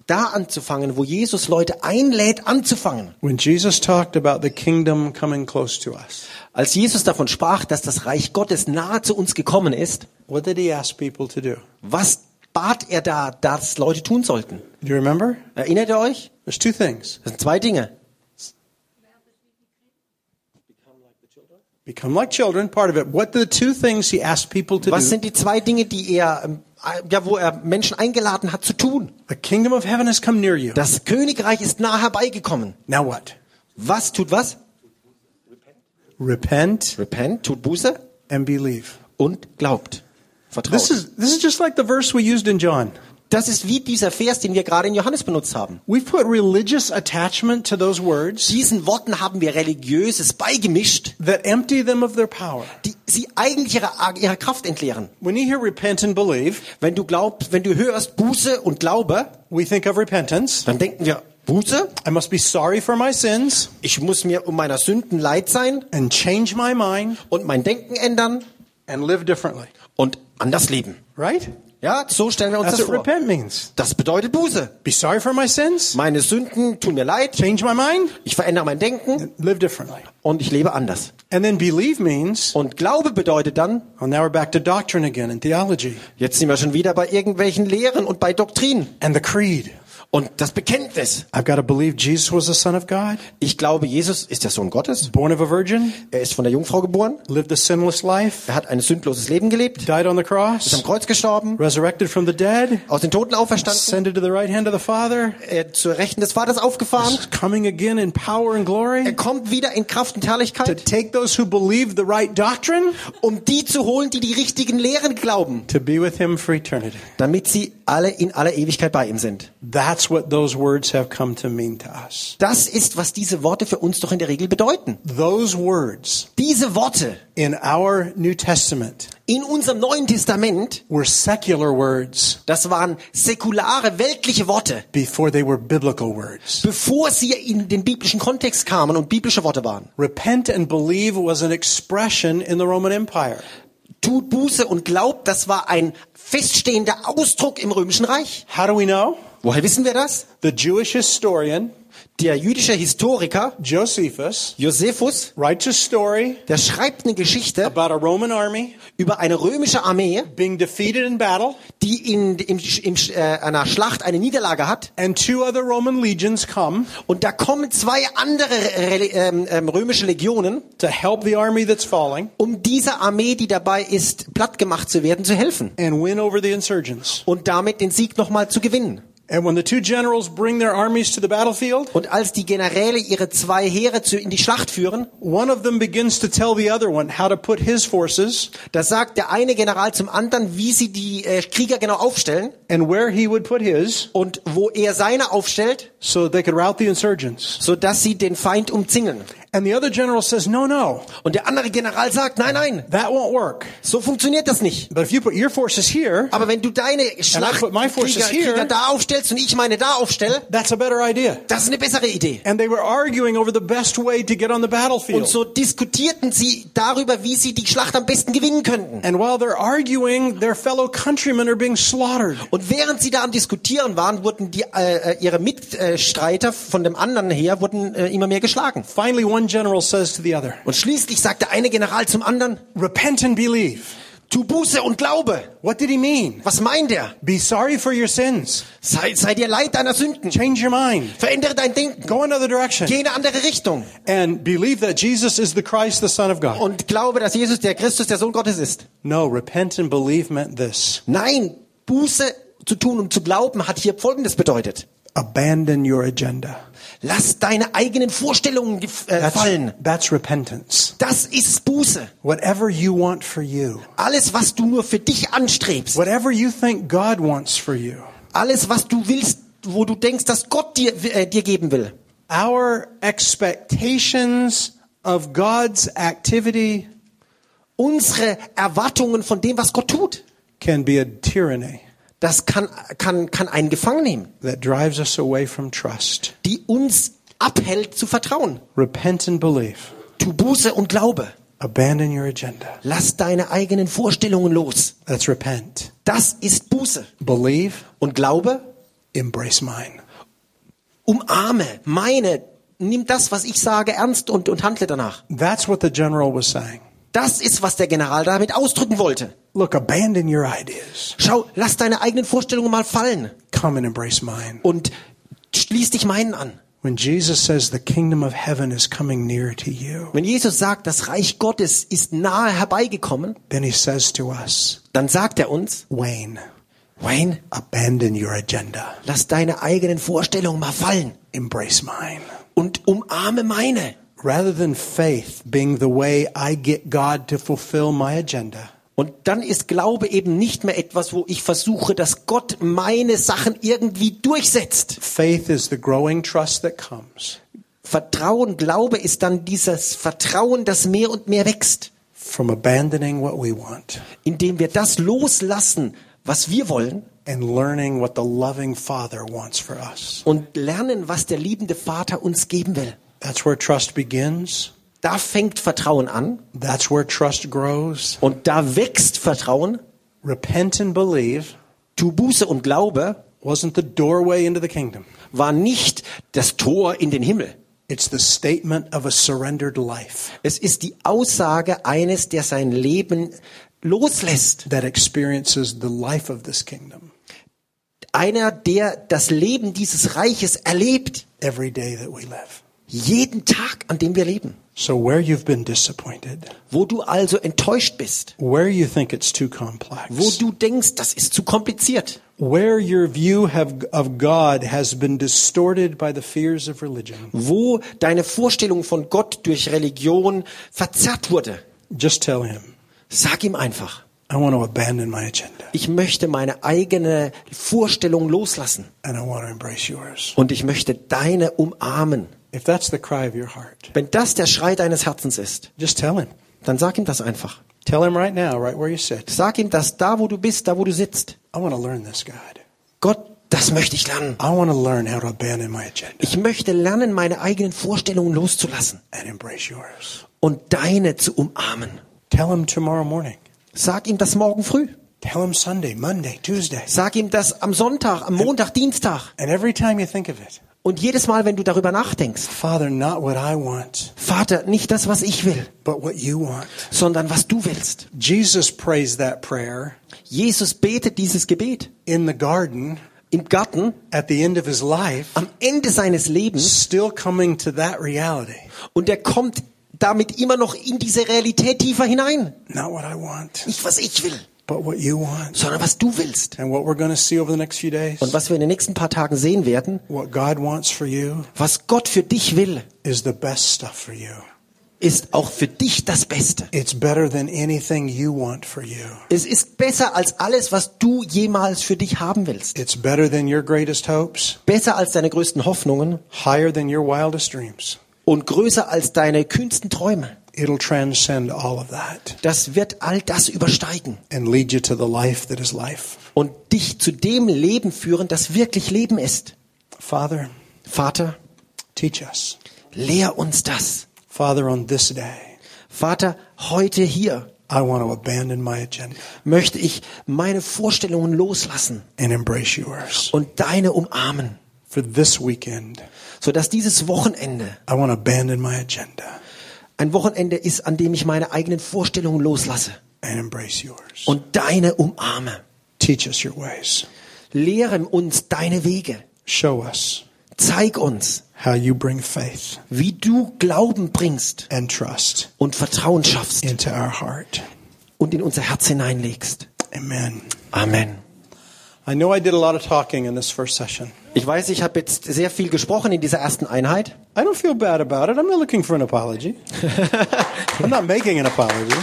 da anzufangen, wo Jesus Leute einlädt, anzufangen. When Jesus talked about the kingdom coming close to us, Als Jesus davon sprach, dass das Reich Gottes nahe zu uns gekommen ist, what did he ask people to do? was bat er da, dass Leute tun sollten? Do you remember? Erinnert ihr euch? There's two things. Das sind zwei Dinge. Become like children, part of it. What the two things he asked people to Was do? sind die zwei Dinge, die er, ähm, ja, wo er Menschen eingeladen hat zu tun? The kingdom of heaven has come near you. Das Königreich ist nah herbeigekommen. Now what? Was tut was? Repent Repent, tut Buße and believe. und glaubt. This Vertraut. is this is just like the verse we used in John. Das ist wie dieser Vers, den wir gerade in Johannes benutzt haben. We've put religious attachment to those words Diesen Worten haben wir religiöses beigemischt, that empty them of their power. die sie eigentlich ihrer, ihrer Kraft entleeren. When you hear repent and believe, Wenn du glaubst, wenn du hörst Buße und Glaube, we think of repentance. dann denken wir Buße. I must be sorry for my sins Ich muss mir um meiner Sünden leid sein and change my mind und mein Denken ändern and live differently. und anders leben. Right? Ja, so stellen wir uns That's das what vor. repent means. Das bedeutet Buße. Be sorry for my sins, Meine Sünden tun mir leid. change my mind, Ich verändere mein Denken live differently. und ich lebe anders. And then believe means, Und Glaube bedeutet dann, well, now we're back to doctrine again and theology jetzt sind wir schon wieder bei irgendwelchen Lehren und bei Doktrinen. and the creed. Und das Bekenntnis. I've got to believe Jesus was the Son of God, Ich glaube, Jesus ist der Sohn Gottes. born of a virgin, Er ist von der Jungfrau geboren. lived a sinless life, Er hat ein sündloses Leben gelebt. died on the Ist am cross, Kreuz gestorben. resurrected from the dead, Aus den Toten auferstanden. ascended to the right hand of the Father, Er zur Rechten des Vaters aufgefahren. is coming again in power and glory Er kommt wieder in Kraft und to Herrlichkeit, take those who believe the right doctrine um die zu holen, die die richtigen Lehren glauben, to be with him for eternity. damit sie alle in aller Ewigkeit bei ihm sind. That's what those words have come to mean to us. Das ist, was diese Worte für uns doch in der Regel bedeuten. Those words Diese Worte in our New Testament in unserem Neuen Testament, were secular words das waren säkulare, weltliche Worte, before they were biblical words. bevor sie in den biblischen Kontext kamen und biblische Worte waren. Repent and believe was an expression in the Roman Empire. Tut Buße und glaubt, das war ein feststehender Ausdruck im Römischen Reich. How do we know? Woher wissen wir das? The Jewish historian Der jüdische Historiker Josephus Josephus, writes a story der schreibt eine Geschichte about a Roman army über eine römische Armee, being defeated in battle die in, in, in äh, einer Schlacht eine Niederlage hat. and two other Roman legions come Und da kommen zwei andere Reli- ähm, ähm, römische Legionen, to help the army that's falling um dieser Armee, die dabei ist, plattgemacht zu werden, zu helfen. and win over the insurgents. und damit den Sieg nochmal zu gewinnen. And when the two generals bring their armies to the battlefield, Und als die Generäle ihre zwei Heere zu, in die Schlacht führen, one of them begins to tell the other one how to put his forces da sagt der eine General zum anderen, wie sie die äh, Krieger genau aufstellen and where he would put his und wo er seine aufstellt, so that they could rout the insurgents. sodass sie den Feind umzingeln. And the other general says, No, no, Und der andere General sagt, nein, nein, that won't work. so funktioniert das nicht. But if you put your forces here, Aber wenn du deine put my forces Schlachtkrieger here. Krieger da aufstellst und ich meine da aufstelle, that's a better idea. das ist eine bessere Idee. And they were arguing over the best way to get on the Und battlefield. so diskutierten sie darüber, wie sie die Schlacht am besten gewinnen könnten. and while they're arguing, their fellow countrymen are being slaughtered. Und während sie da am Diskutieren waren, wurden die, äh, äh, ihre Mitstreiter von dem anderen her wurden äh, immer mehr geschlagen. Finally, one general says to the other, Und schließlich sagt der eine General zum anderen, Repent and believe. tu Buße und glaube. What did he mean? Was meint er? Be sorry for your sins. Sei, sei dir leid deiner Sünden. Change your mind. Verändere dein Denken. Go another Geh direction. in eine andere Richtung. And believe that Jesus is the Christ, the Son of God. Und glaube, dass Jesus der Christus, der Sohn Gottes ist. No, repent and believe meant this. Nein, Buße zu tun und zu glauben hat hier Folgendes bedeutet. Abandon your agenda. Lass deine eigenen Vorstellungen gef- äh, That's, fallen. that's repentance. Das ist Buße. Whatever you want for you. Alles, was du nur für dich anstrebst. Whatever you think God wants for you. alles, was du willst, wo du denkst, dass Gott dir, äh, dir geben will. Our expectations of God's activity Unsere Erwartungen von dem, was Gott tut, can be a tyranny das kann, kann, kann einen gefangen nehmen, that drives us away from trust. die uns abhält zu vertrauen. Repent and believe. Tu Buße und Glaube. Abandon your agenda. Lass deine eigenen Vorstellungen los. That's repent. Das ist Buße. Believe, Und Glaube, embrace mine. umarme, meine, nimm das, was ich sage, ernst und, und handle danach. That's what the general was saying. Das ist, was der General damit ausdrücken wollte. Look, abandon your ideas. Schau, lass deine eigenen Vorstellungen mal fallen Come and embrace mine. und schließ dich meinen an. When Jesus says the kingdom of heaven is coming near to you, Wenn Jesus sagt, das Reich Gottes ist nahe herbeigekommen, then he says to us, dann sagt er uns, Wayne, Wayne, abandon your agenda. lass deine eigenen Vorstellungen mal fallen Embrace mine. und umarme meine. Rather than faith being the way I get God to fulfill my agenda, Und dann ist Glaube eben nicht mehr etwas, wo ich versuche, dass Gott meine Sachen irgendwie durchsetzt. faith is the growing trust that comes Vertrauen, Glaube ist dann dieses Vertrauen, das mehr und mehr wächst, from abandoning what we want indem wir das loslassen, was wir wollen and learning what the loving Father wants for us. und lernen, was der liebende Vater uns geben will. That's where trust begins. Da fängt Vertrauen an That's where trust grows. und da wächst Vertrauen Repent and believe Tu Buße und Glaube wasn't the doorway into the kingdom. war nicht das Tor in den Himmel. It's the statement of a surrendered life Es ist die Aussage eines, der sein Leben loslässt. that experiences the life of this kingdom Einer, der das Leben dieses Reiches erlebt. every day that we live. Jeden Tag, an dem wir leben. So where you've been disappointed, Wo du also enttäuscht bist. where you think it's too Wo complex, du denkst, das ist zu kompliziert. where your view have, of God has been distorted by the fears of religion, Wo deine Vorstellung von Gott durch Religion verzerrt wurde. just tell him, Sag ihm einfach. I want to abandon my agenda Ich möchte meine eigene Vorstellung loslassen and I want to embrace yours. und ich möchte deine umarmen. If that's the cry of your heart, Wenn das der Schrei deines Herzens ist, just tell him. dann sag ihm das einfach. Tell him right now, right where you sit. Sag ihm das da, wo du bist, da, wo du sitzt. I want to learn this, God. Gott, das möchte ich lernen. I want to learn how to abandon my agenda Ich möchte lernen, meine eigenen Vorstellungen loszulassen and embrace yours. und deine zu umarmen. Tell him tomorrow morning. Sag ihm das morgen früh. Tell him Sunday, Monday, Tuesday. Sag ihm das am Sonntag, am Montag, Dienstag. And every time you think of it, Und jedes Mal, wenn du darüber nachdenkst, Father, not what I want, Vater, nicht das, was ich will, but what you want. sondern was du willst. Jesus prays that prayer Jesus betet dieses Gebet in the garden im Garten at the end of his life, am Ende seines Lebens still coming to that reality. und er kommt damit immer noch in diese Realität tiefer hinein. Not what I want, Nicht, was ich will, but what you want. sondern was du willst. And what we're going to see over the next few days, Und was wir in den nächsten paar Tagen sehen werden, what God wants for you was Gott für dich will, is the best stuff for you. ist auch für dich das Beste. It's better than anything you want for you. Es ist besser als alles, was du jemals für dich haben willst. It's better than your greatest hopes, Besser als deine größten Hoffnungen higher than your wildest dreams. und größer als deine kühnsten Träume. It'll transcend all of that Das wird all das übersteigen and lead you to the life that is life. und dich zu dem Leben führen, das wirklich Leben ist. Father, Vater, teach us. lehr uns das. Father, on this day, Vater, heute hier I want to abandon my agenda möchte ich meine Vorstellungen loslassen and embrace yours. und deine umarmen, For this weekend, sodass dieses Wochenende I want to abandon my agenda ein Wochenende ist, an dem ich meine eigenen Vorstellungen loslasse and embrace yours. und deine umarme. Teach us your ways. Lehre uns deine Wege. Show us Zeig uns, how you bring faith wie du Glauben bringst and trust und Vertrauen schaffst into our heart. und in unser Herz hineinlegst. Amen. Amen. I know I did a lot of talking in this first session. Ich weiß, ich habe jetzt sehr viel gesprochen in dieser ersten Einheit. I don't feel bad about it. I'm not looking for an apology. I'm not making an apology.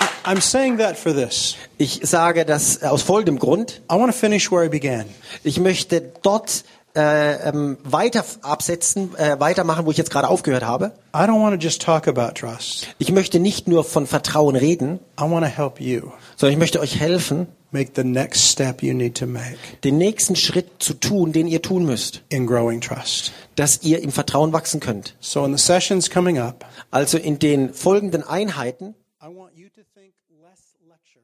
I- I'm saying that for this. Ich sage das aus folgendem Grund. I want to finish where I began. Ich möchte dort äh, ähm, weiter absetzen, äh, weitermachen, wo ich jetzt gerade aufgehört habe. I don't want to just talk about trust. Ich möchte nicht nur von Vertrauen reden, I want to help you sondern ich möchte euch helfen, make the next step you need to make den nächsten Schritt zu tun, den ihr tun müsst, in growing trust. dass ihr im Vertrauen wachsen könnt. So in the sessions coming up, Also in den folgenden Einheiten I want you to think less lecture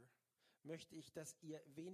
möchte ich, dass ihr wenig